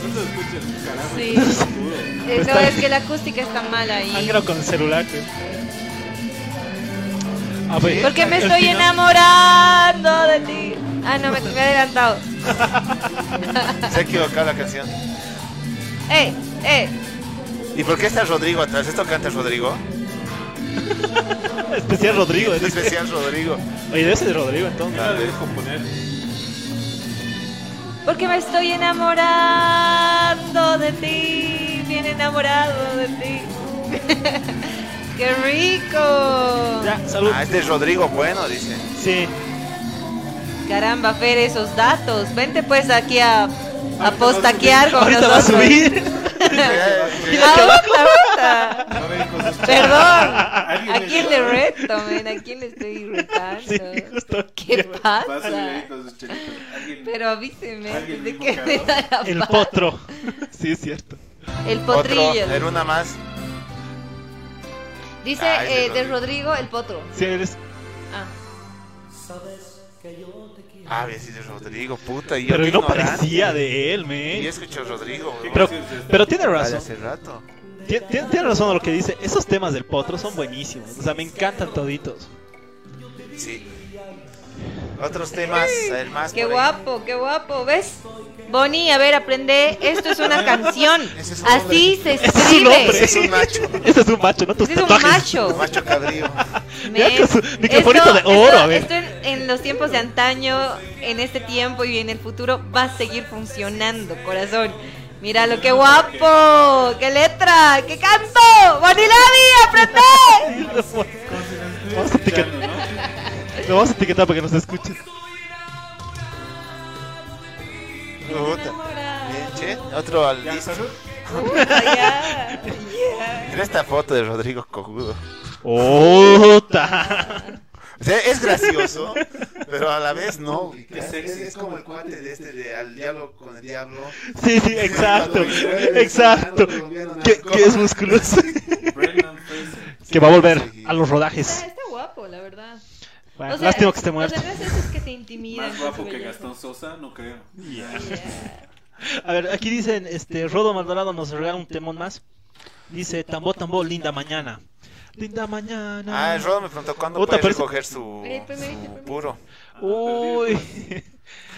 S7: No se escucha el carajo.
S6: Sí.
S7: seguro.
S6: Eh, no,
S9: Está-
S6: es que la acústica está mala ahí.
S9: Ángelo con el celular. que- A ver,
S6: Porque me
S9: al
S6: estoy
S9: final-
S6: enamorando de ti. Ah, no, me, me he adelantado.
S5: Se ha equivocado la canción.
S6: ¡Eh! ¡Eh!
S5: ¿Y por qué está Rodrigo atrás? ¿Esto canta Rodrigo?
S9: Especial Rodrigo.
S5: Es
S9: dice.
S5: especial Rodrigo.
S9: Oye, debe ser de Rodrigo entonces.
S7: Yo la debo componer.
S6: Porque me estoy enamorando de ti. Bien enamorado de ti. ¡Qué rico!
S9: Ya, salud.
S5: Ah, este es Rodrigo Bueno, dice.
S9: Sí.
S6: Caramba, Fer, esos datos. Vente pues aquí a, a postaquear con
S9: Ahorita va a
S6: nosotros.
S9: subir.
S6: Ahorita, ahorita.
S7: A ver, con sus-
S6: Perdón.
S7: Alguien
S6: ¿A
S7: le
S6: quién
S7: dio-
S6: le reto, men? ¿A quién le estoy retando?
S9: Sí, justo.
S6: ¿Qué
S7: Pásale ahí
S6: pasa?
S7: con sus chelitos. Alguien-
S6: Pero avíseme
S7: Alguien
S6: de
S7: dijo
S6: que me
S7: que no.
S6: da la
S9: El
S6: paz.
S9: potro. Sí, es cierto.
S6: El
S5: Otro,
S6: potrillo.
S5: en una más.
S6: Dice
S5: Ah, ese
S6: eh, de
S5: Rodrigo.
S6: Rodrigo el potro.
S9: Sí, eres.
S6: Ah.
S5: Ah, bien, sí, es Rodrigo, puta. Y yo
S9: Pero
S5: qué
S9: no
S5: ignorante.
S9: parecía de él,
S5: Y
S9: me.
S5: escucho Rodrigo.
S9: Pero, pero tiene
S5: hace,
S9: razón.
S5: hace rato.
S9: Tien- tien- Tiene razón a lo que dice. Esos temas del potro son buenísimos. O sea, me encantan toditos.
S5: Sí. Otros temas, el más.
S6: Qué
S5: por ahí.
S6: guapo, qué guapo, ¿ves? Bonnie, a ver, aprende. Esto es una canción.
S5: Ese es un
S6: Así se
S9: Ese es un
S6: escribe.
S9: hombre.
S5: Ese es un macho.
S9: Este es un macho, ¿no? Tus
S6: Ese es un
S9: tatuajes.
S6: macho.
S5: Macho cabrío.
S6: men.
S9: Mira con su microfonito
S6: Esto-
S9: de oro,
S6: esto-
S9: a ver.
S6: Esto en, en los tiempos de antaño, en este tiempo y en el futuro va a seguir funcionando, corazón. Míralo, qué guapo, qué letra, qué canto. Bonnie Lavi, aprende.
S9: Vamos a etiquetar. Lo vamos a etiquetar para que nos escuchen.
S5: Puta. Bien, che. Otro al
S7: Ya,
S5: disco.
S7: salud.
S6: Puta, ya.
S5: Mira esta foto de Rodrigo Cojudo.
S9: ¡Ota!
S5: O sea, es gracioso, pero a la vez no. güey.
S7: Qué
S5: Es,
S7: sexy.
S5: es como el cuate de este, de al diablo con el diablo.
S9: Sí, sí, exacto.
S5: Colombiano,
S9: exacto.
S5: colombiano,
S9: Que,
S5: narco.
S9: que es musculoso.
S7: Brendan Fraser.
S9: que va a volver
S5: Sí.
S9: a los rodajes.
S6: Está, está guapo, la verdad.
S9: Bueno,
S6: O sea,
S9: lástima que esté muerto.
S6: Los demás esos que te intimidan.
S7: Más
S6: con su
S7: guapo que
S6: belleza.
S7: Gastón Sosa, no creo.
S6: Yeah.
S9: A ver, aquí dicen, este, Rodo Maldonado nos regala un temón más. Dice, tambo, tambo, linda mañana. Linda mañana.
S5: Ah, el Rodo me preguntó cuándo
S9: Puta,
S5: puede
S9: pero es-
S5: recoger su,
S6: Eh, primerito,
S5: su
S6: primerito.
S5: puro.
S9: Uy.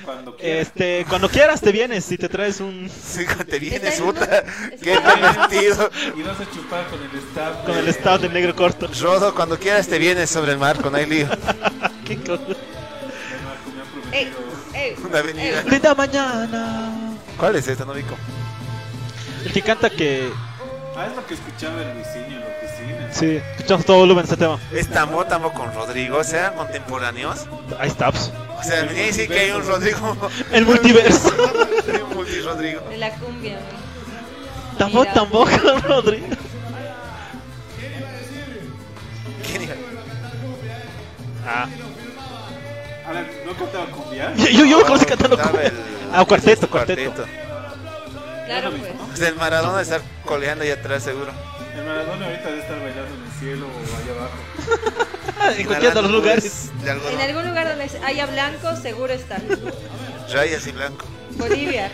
S7: Cuando quieras.
S9: Este, cuando quieras te vienes y te traes un...
S5: Sí, cuando te
S6: Te
S5: vienes,
S6: traigo unos-
S5: puta. Qué
S6: Espera.
S5: mal vestido.
S7: Y vas a chupar con el staff.
S9: Con el
S7: de-
S9: estado del negro corto.
S5: Rodo, cuando quieras te vienes sobre el mar con Ailio.
S9: Qué cosa.
S7: de Marco, me han
S6: Ey,
S7: prometido.
S6: ey,
S5: Una avenida.
S6: ey.
S9: Linda mañana.
S5: ¿Cuál es esta? No ubico.
S9: El que canta que...
S7: Ah, es lo que escuchaba el Luisinho en la oficina.
S9: Sí, escuchamos todo volumen este tema.
S5: Es Tambo Tambo con Rodrigo, o sea, contemporáneos.
S9: Ahí está. pues.
S5: O sea, venía a decir que hay un Rodrigo.
S9: El multiverso.
S5: Hay un multi-Rodrigo.
S6: De la cumbia, güey.
S9: Tambo,
S6: Mira.
S9: tambo, con Rodrigo.
S5: ¿Quién iba?
S9: Ah.
S7: A ver, ¿no contaba con Vial?
S9: Yo, yo, yo lo conocí cantando
S5: Cantaba
S9: como...
S5: el-
S9: Ah, cuarteto, cuarteto.
S6: Claro, pues.
S5: O sea, el Maradona está coleando ahí atrás, seguro.
S7: El Maradona ahorita debe estar bailando en el cielo o allá abajo.
S9: Ah, En cualquiera de los
S5: Narrando
S9: lugares.
S5: clubes De algodón,
S6: En algún lugar donde haya blanco, seguro está.
S5: rayas y blanco.
S6: Bolivia.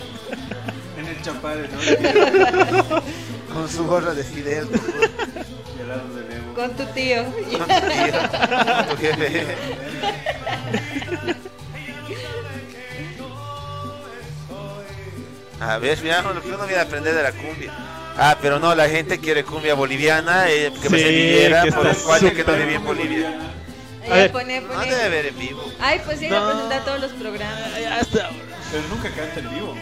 S7: En el Chapare, ¿no? Y
S5: Con su gorra de Fidel. Con
S7: al lado de Evo.
S6: Con tu tío.
S5: tu tío, con tu jefe. A ver, mira, lo que uno viene a aprender de la cumbia. Ah, pero no, la gente quiere cumbia boliviana, eh, que
S9: Sí,
S5: se viviera
S9: que
S5: por el
S9: está
S5: cuate que
S9: súper
S5: no vive en Bolivia.
S9: A
S6: Ya
S9: ver.
S6: pone,
S5: No debe
S6: pone.
S5: ver en vivo.
S6: Ay, pues sí, le
S9: No.
S6: presenta todos los programas.
S5: Ah,
S9: Ay, hasta-
S7: Pero nunca canta en vivo.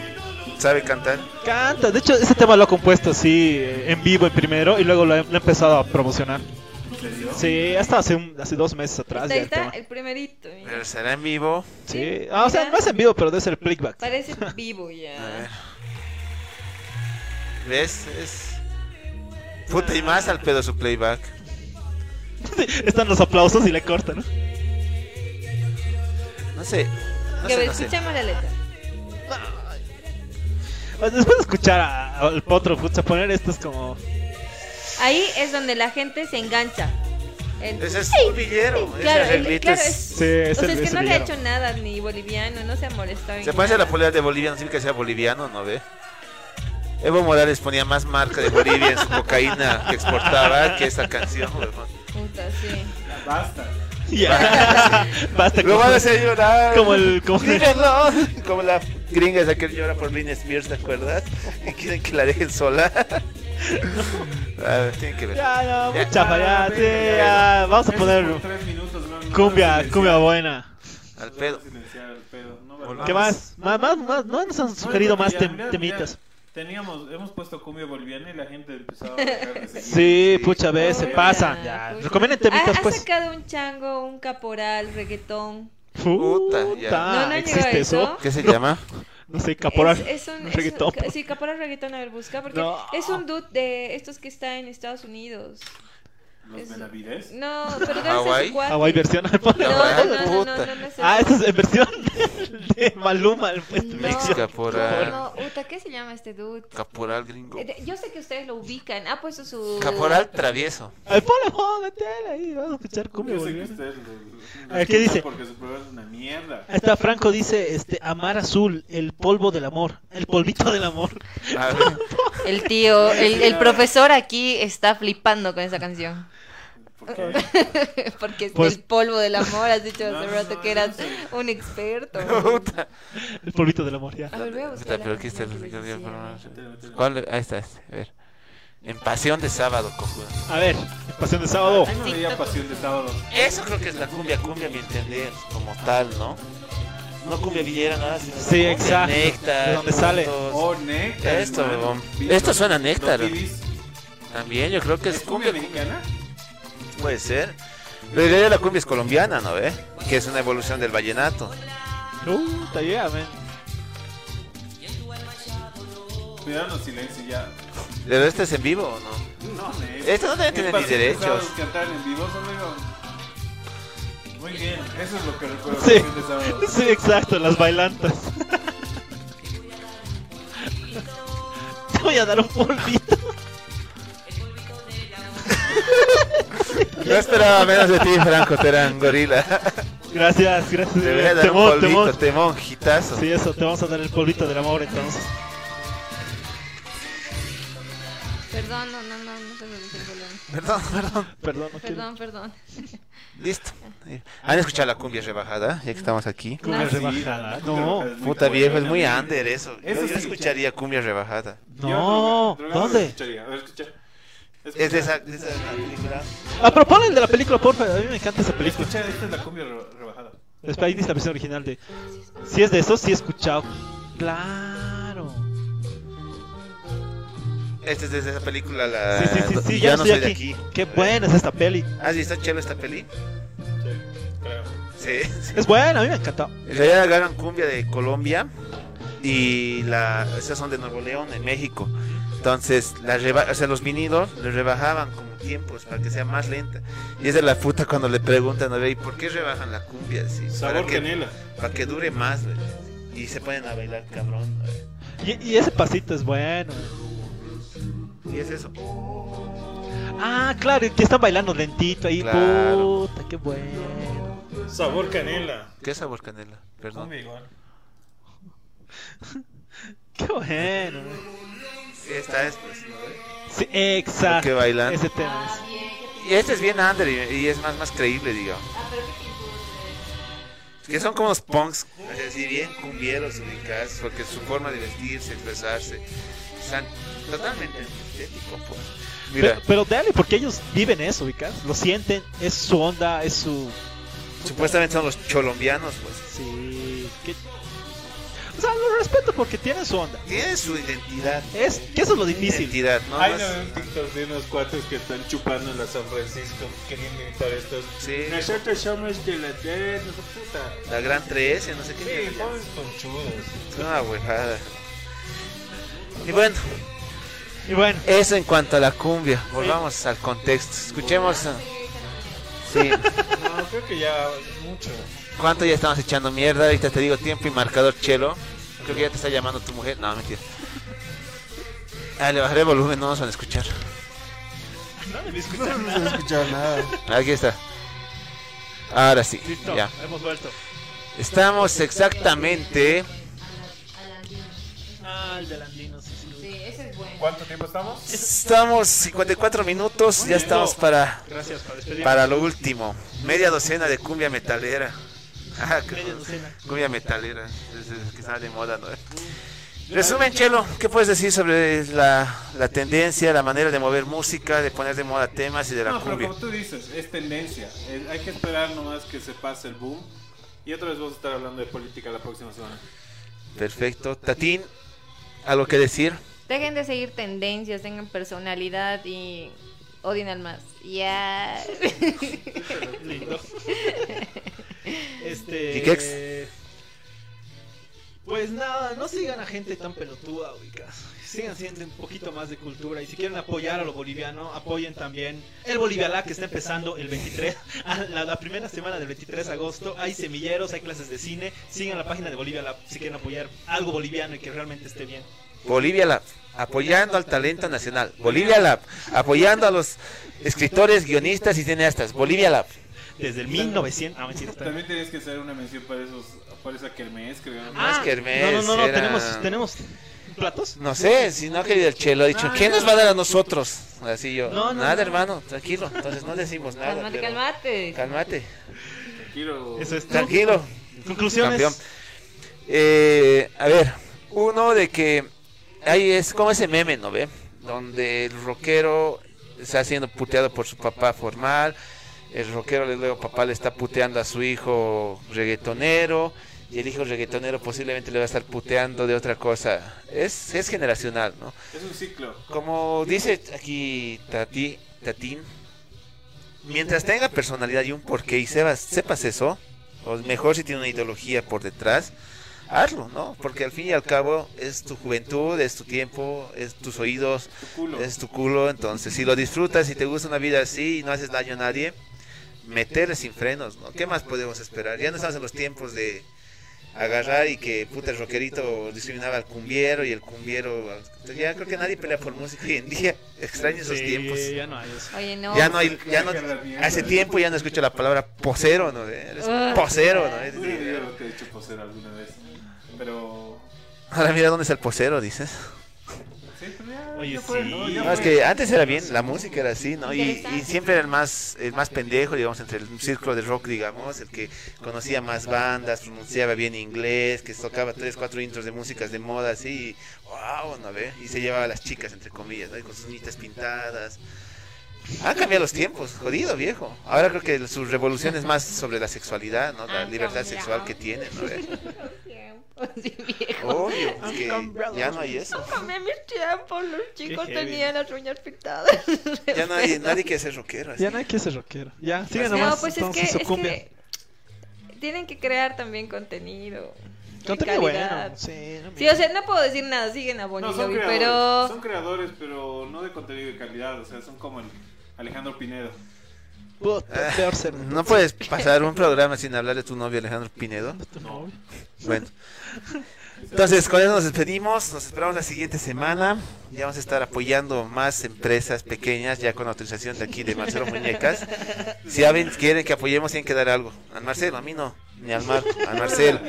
S5: ¿Sabe cantar?
S9: Canta, de hecho ese tema lo ha compuesto así eh, en vivo en primero y luego lo ha, lo ha empezado a promocionar. Sí, hasta hace, un- hace dos meses atrás.
S6: Está,
S9: ya
S6: ahí
S9: el
S6: está eh,
S9: tema.
S6: el primerito. mira.
S5: Pero será en vivo.
S9: Sí, ah, o sea, no es en vivo, pero debe ser playback.
S6: Parece vivo
S5: A ver.
S6: ya.
S5: ¿Ves? Es. Puta y más al pedo su playback.
S9: Están los aplausos y le cortan. ¿no?
S5: No sé. No
S6: Que
S5: sé, no sé.
S6: escuchamos la letra.
S9: Pues, Después de escuchar a- al potro putz, a poner esto es como...
S6: Ahí es donde la gente se engancha. El-
S5: Ese es
S6: Sí,
S5: un villero.
S6: sí,
S5: ese
S6: claro, el-
S5: arreglito
S6: claro,
S5: es-
S6: es-
S9: Sí,
S6: O
S9: es
S6: sea,
S9: el-
S6: es que
S9: ese
S6: no le ha
S9: video.
S6: hecho nada ni boliviano, no se ha molestado. en
S5: Se parece a la
S6: nada.
S5: polera de Bolivia, no significa que sea boliviano, ¿no ve? Evo Morales ponía más marca de Bolivia en su cocaína que exportaba que esta canción, huevón.
S6: Puta, sí.
S7: Ya Basta.
S9: Ya, basta.
S5: Lo
S9: como-
S5: van a hacer llorar.
S9: Como el... Como el-
S5: Díganlo. Como la gringa esa que llora por Britney Spears, ¿te acuerdas? Y quieren que la dejen sola. A ver, tiene que ver.
S9: Ya, ya,
S5: Ya.
S9: chafa, ya, sí, ya, Vamos a
S7: Eso
S9: poner
S7: por tres minutos, no, no
S9: cumbia,
S7: silenciar.
S9: cumbia buena.
S5: Al pedo.
S7: Silenciar al pedo, no, ¿verdad?
S9: ¿Qué más? Más, más, más. No nos han
S7: No,
S9: sugerido
S7: porque
S9: más
S7: ya,
S9: tem-
S7: mira,
S9: temitas.
S7: mira, Teníamos, hemos puesto cumbia boliviana y la gente empezaba a dejar de seguir.
S9: Sí, pucha, ve, se
S6: Puta,
S9: pasan. Ya,
S6: pucha.
S9: recomienden
S6: Ha,
S9: temitas,
S6: ha
S9: pues.
S6: sacado un chango, un caporal, reggaetón.
S5: Puta,
S9: Puta,
S5: ya.
S6: No, no llegó
S9: ¿existe
S6: eso.
S9: eso?
S5: ¿Qué se llama?
S9: No sé, caporal.
S6: Es, es un, es
S9: reggaetón.
S6: un- sí, caporal reggaetón, a ver, busca. Porque
S9: No.
S6: es un dude de estos que está en Estados Unidos.
S7: ¿Los
S6: Es-
S7: Benavides?
S6: No, pero debe ser
S5: ¿Hawái?
S6: su cuate.
S9: Hawaii versión
S6: No,
S9: alpaca.
S6: no, no, no, no,
S5: Puta.
S6: no, no es
S9: Ah,
S6: eso.
S9: esta es en versión de Maluma. el- el-
S6: No,
S5: Mix Caporal.
S6: No, puta, ¿qué se llama este dude?
S5: Caporal gringo.
S6: Eh, de- Yo sé que ustedes lo ubican. Ha puesto su.
S5: Caporal travieso.
S9: Ay, ponle, ponle, metele ahí. Vamos a escuchar cumbia,
S7: Yo sé que
S9: boliviana.
S7: ustedes lo- lo
S9: A ver, ¿qué dice?
S7: Porque su programa es una mierda.
S9: Ahí está, Franco dice, este, amar azul, el polvo del amor, el polvito del amor.
S5: A ver.
S6: El tío, el, el profesor aquí está flipando con esa canción.
S7: Porque
S6: Porque es
S9: Pues-
S6: el polvo del amor. Has dicho
S7: No,
S6: hace
S7: no,
S6: rato
S7: no,
S6: que
S7: no
S6: eras
S7: sé.
S6: un experto.
S5: Puta.
S9: El polvito del amor, ya.
S6: A ver, voy a buscar.
S5: Puta,
S6: la
S5: pero aquí está
S6: canción
S5: el-
S6: que les decía.
S5: ¿Cuál? Ahí está. este, A ver. En pasión de sábado, cojudo.
S9: A ver, pasión de sábado.
S7: Ay, no veía pasión de sábado.
S5: Eso creo que es la cumbia, cumbia a mi entender, como tal, ¿no? No cumbia villera nada, sino
S9: Sí,
S5: cumbia
S9: exacto,
S5: néctar,
S9: de donde sale.
S5: juntos.
S7: Oh, néctar.
S5: Esto,
S7: hermano.
S5: weón.
S7: Vi-
S5: Esto suena a
S7: los
S5: néctar.
S7: bidis.
S5: También yo creo que
S7: ¿Es cumbia mexicana?
S5: Puede ser. La idea de la cumbia es colombiana, ¿no ve? Que es una evolución del vallenato.
S9: Uh, está yeah, man.
S7: Cuidado, silencio ya.
S5: Pero este es en vivo, ¿o ¿no?
S7: No,
S5: Esto no debe tener
S7: para
S5: mis
S7: que
S5: derechos.
S7: ustedes cantar en vivo, amigo. Muy bien, eso es lo que recuerdo.
S9: Sí.
S7: del fin de sábado.
S9: Sí, exacto, las bailantas. Te voy a dar un polvito.
S5: No esperaba menos de ti, Franco Terán, gorila.
S9: Gracias, gracias.
S5: Te voy a dar un
S9: Temón, temón.
S5: polvito, te monjitazo.
S9: Sí, eso, te vamos a dar el polvito del amor entonces.
S6: Perdón, no, no, no, no se me dice el volumen.
S5: Perdón, perdón.
S9: Perdón, no quiero.
S6: Perdón, perdón.
S5: Listo.
S9: Eh.
S5: ¿Han escuchado la cumbia rebajada? Ya que estamos aquí.
S9: Cumbia
S6: Ah, sí,
S9: rebajada.
S7: la cumbia
S9: No,
S7: rebajada es muy
S5: Puta viejo, es
S7: buena,
S5: muy
S7: amigo.
S5: under eso. Yo,
S7: Eso
S5: yo
S7: sí.
S5: escucharía cumbia rebajada.
S7: Yo,
S9: no.
S7: droga- drogado, lo
S9: ¿Dónde?
S7: escucharía. A ver, escucha. Escucha.
S5: Es de esa, de esa película.
S9: Ah, pero ponle el de la película, porfa. A mí me encanta esa película.
S7: Escucha, esta es la cumbia re- rebajada.
S9: Después ahí dice la versión original de. Si es de eso, sí he escuchado. Claro.
S5: Este es de esa película. La...
S9: Sí, sí, sí, sí,
S5: ya, no soy
S9: estoy
S5: de
S9: aquí.
S5: aquí.
S9: Qué buena es esta peli.
S5: ¿Has visto chelo esta peli? Sí, sí.
S9: Es buena, a mí me encantó.
S5: En realidad agarran cumbia de Colombia y la, esas son de Nuevo León, en México. Entonces, la reba- o sea, los vinilos le rebajaban como tiempos para que sea más lenta. Y es de la puta cuando le preguntan a ver, ¿y por qué rebajan la cumbia? Sí,
S7: Sabor
S5: para, que,
S7: canela.
S5: para que dure más, güey. Y se ponen a bailar, cabrón. güey.
S9: Y, y ese pasito es bueno.
S5: Y es eso.
S9: Ah, claro, y que están bailando lentito ahí.
S5: Claro.
S9: Puta, qué bueno.
S7: Sabor canela.
S5: ¿Qué es sabor canela? Perdón.
S7: Cumbia igual.
S9: Qué bueno.
S5: Esta es, pues.
S9: Sí, exacto.
S5: Lo que bailan.
S9: Ese tema es.
S5: Y este es bien under y, y es más, más creíble, digamos. Que son como los punks, así bien cumbieros ubicados, porque su forma de vestirse, expresarse, están totalmente estéticos, pues. Mira,
S9: Pero, pero dale, porque ellos viven eso, ubicas. Lo sienten, es su onda, es su.
S5: supuestamente son los cholombianos, pues.
S9: Sí. qué- O sea, lo respeto porque tienen su onda.
S5: Tienen su identidad.
S9: Es que eso es lo difícil.
S5: Identidad, ¿no?
S7: Hay
S5: No es-
S7: un TikTok de unos cuates que están chupando en la San Francisco, queriendo imitar estos.
S5: Sí.
S7: Nosotros somos de la tierra, no sé, puta.
S5: La gran 13, no sé qué.
S7: Sí,
S5: mierda.
S7: pobres conchudos.
S5: Es una huevada. Y bueno,
S9: Y bueno,
S5: eso en cuanto a la cumbia. Volvamos al contexto. Escuchemos. uh, Sí.
S7: No, creo que ya es mucho.
S5: ¿Cuánto ya estamos echando mierda? Ahorita te digo tiempo y marcador chelo. Creo que ya te está llamando tu mujer. No, mentira. Ah, le bajaré el volumen, no nos van a escuchar.
S11: No se va a escuchar nada.
S5: Aquí está. Ahora sí,
S9: listo,
S5: ya.
S9: hemos vuelto.
S5: Estamos exactamente
S9: Ah, el del andino, sí, sí.
S6: Sí, ese es bueno.
S7: ¿Cuánto tiempo estamos?
S5: Estamos 54 minutos, ya estamos para
S9: Gracias por despedirme.
S5: para lo último. Media docena de cumbia metalera. Ah, qué-
S9: Media docena.
S5: Cumbia metalera, es- es que sale de moda, ¿no? Resumen, Chelo, ¿qué puedes decir sobre la, la tendencia, la manera de mover música, de poner de moda temas y de la
S7: No, pero
S5: cumbia?
S7: como tú dices, es tendencia. Eh, Hay que esperar nomás que se pase el boom. Y otra vez vamos a estar hablando de política la próxima semana.
S5: Perfecto. Tatín, ¿algo que decir?
S6: Dejen de seguir tendencias, tengan personalidad y odien al más. Ya.
S9: Lindo. Este.
S5: ¿Y qué
S9: Pues nada, no sigan a gente tan pelotuda, ubicas. Sigan siendo un poquito más de cultura. Y si quieren apoyar a lo boliviano, apoyen también el Bolivialá que está empezando el 23, a la, la primera semana del 23 de agosto. Hay semilleros, hay clases de cine. Sigan la página de Bolivialá si quieren apoyar algo boliviano y que realmente esté bien.
S5: Bolivia Lab, apoyando al talento nacional. Bolivia Lab, apoyando a los escritores, guionistas y cineastas. Bolivia Lab.
S9: Desde el 1900. Ah, mentira, está bien.
S7: También tienes que hacer una mención para esos, para esa kermés que ganó.
S5: Ah, es que Hermes
S9: no, no, no, no,
S5: era-
S9: tenemos, tenemos platos.
S5: No sé, si no ha querido el Chelo, ha dicho, ¿qué nos va a dar a nosotros? Así yo,
S9: No, no,
S5: nada
S9: no.
S5: hermano, tranquilo, entonces no decimos nada.
S6: Calmate,
S5: pero-
S6: calmate.
S5: Cálmate,
S7: Quiero...
S9: Eso es todo.
S5: tranquilo,
S9: Conclusiones.
S5: campeón. Eh, a ver, uno de que ahí es como ese meme, ¿no ve? Donde el rockero está siendo puteado por su papá formal, el rockero le- luego papá le está puteando a su hijo reggaetonero y el hijo reggaetonero posiblemente le va a estar puteando de otra cosa. Es, es generacional, ¿no?
S7: Es un ciclo.
S5: Como dice aquí Tati, Tatín, mientras tenga personalidad y un porqué y sepas, sepas eso, o mejor si tiene una ideología por detrás, hazlo, ¿no? Porque al fin y al cabo es tu juventud, es tu tiempo, es tus oídos, es tu culo, entonces si lo disfrutas y te gusta una vida así y no haces daño a nadie, meterle sin frenos, ¿no? ¿Qué más podemos esperar? Ya no estamos en los tiempos de agarrar y que puta el rockerito discriminaba al cumbiero y el cumbiero al- ya creo que nadie pelea por música hoy en día extraño esos
S9: Sí,
S5: tiempos
S9: ya no hay eso.
S6: Oye, no.
S5: ya no hay ya no hace tiempo ya no escucho la palabra posero no eres
S6: Ah.
S5: posero no Es
S7: Sí,
S5: decir,
S7: yo te he hecho poseer alguna vez. Pero.
S5: ahora mira dónde está el posero dices
S7: Sí, pero ya.
S9: Oye,
S7: ya fue,
S9: sí.
S7: ¿no? Ya
S5: No, Ah, es
S7: fue.
S5: que antes era bien, la música era así, ¿no? Y, y siempre era el más, el más pendejo, digamos, entre el círculo de rock, digamos, el que conocía más bandas, pronunciaba bien inglés, que tocaba tres, cuatro intros de músicas de moda, así, y, wow, ¿no ve? Y se llevaba a las chicas, entre comillas, ¿no? Y con sus nitas pintadas. Han cambiado los tiempos, jodido, viejo. Ahora creo que su revolución es más sobre la sexualidad, ¿no? La
S6: Han
S5: libertad
S6: cambiado.
S5: sexual que tienen, ¿no ve?
S6: Sí, viejo.
S5: Obvio, es que ya no hay eso.
S6: Cambié mis tiempos, los chicos
S9: heavy.
S6: tenían las uñas pintadas.
S5: Ya nadie, nadie quiere ser rockero, así.
S8: Ya no hay que ser rockero. Ya, sigan
S6: No,
S8: nomás.
S6: pues es que,
S8: entonces, su
S6: es
S8: cumbia.
S6: que tienen que crear también contenido. de
S8: Contenido
S6: calidad.
S8: bueno. Sí, no me-
S6: Sí, o sea, no puedo decir nada, siguen a
S7: No,
S6: Bonnie
S7: son
S6: Lobby,
S7: creadores,
S6: pero
S7: son creadores, pero no de contenido de calidad, o sea, son como el Alejandro Pinedo.
S8: Puta, peor ser.
S5: Ah, No puedes pasar un programa sin hablar de tu novio Alejandro Pinedo. Bueno. Entonces, con eso nos despedimos. Nos esperamos la siguiente semana. Ya vamos a estar apoyando más empresas pequeñas, ya con autorización de aquí de Marcelo Muñecas. Si saben, quieren que apoyemos, tienen que dar algo. Al Marcelo, a mí no. Ni al Marco, al Marcelo.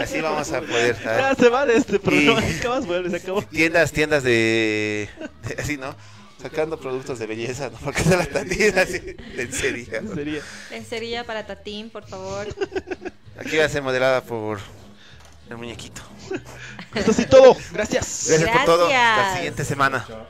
S5: Así vamos a poder.
S8: Ya
S5: ¿sabes?
S8: se va de este programa.
S5: Y-
S8: Nunca más vuelve, se acabó.
S5: Tiendas, tiendas de. de- Así, ¿no? Sacando productos de belleza, ¿no? Porque se las están diciendo así. En serio.
S8: Sería.
S6: lencería para Tatín, por favor.
S5: Aquí va a ser modelada por el muñequito.
S8: Esto sí todo. Gracias.
S5: Gracias por todo. Hasta la
S6: Gracias.
S5: siguiente semana.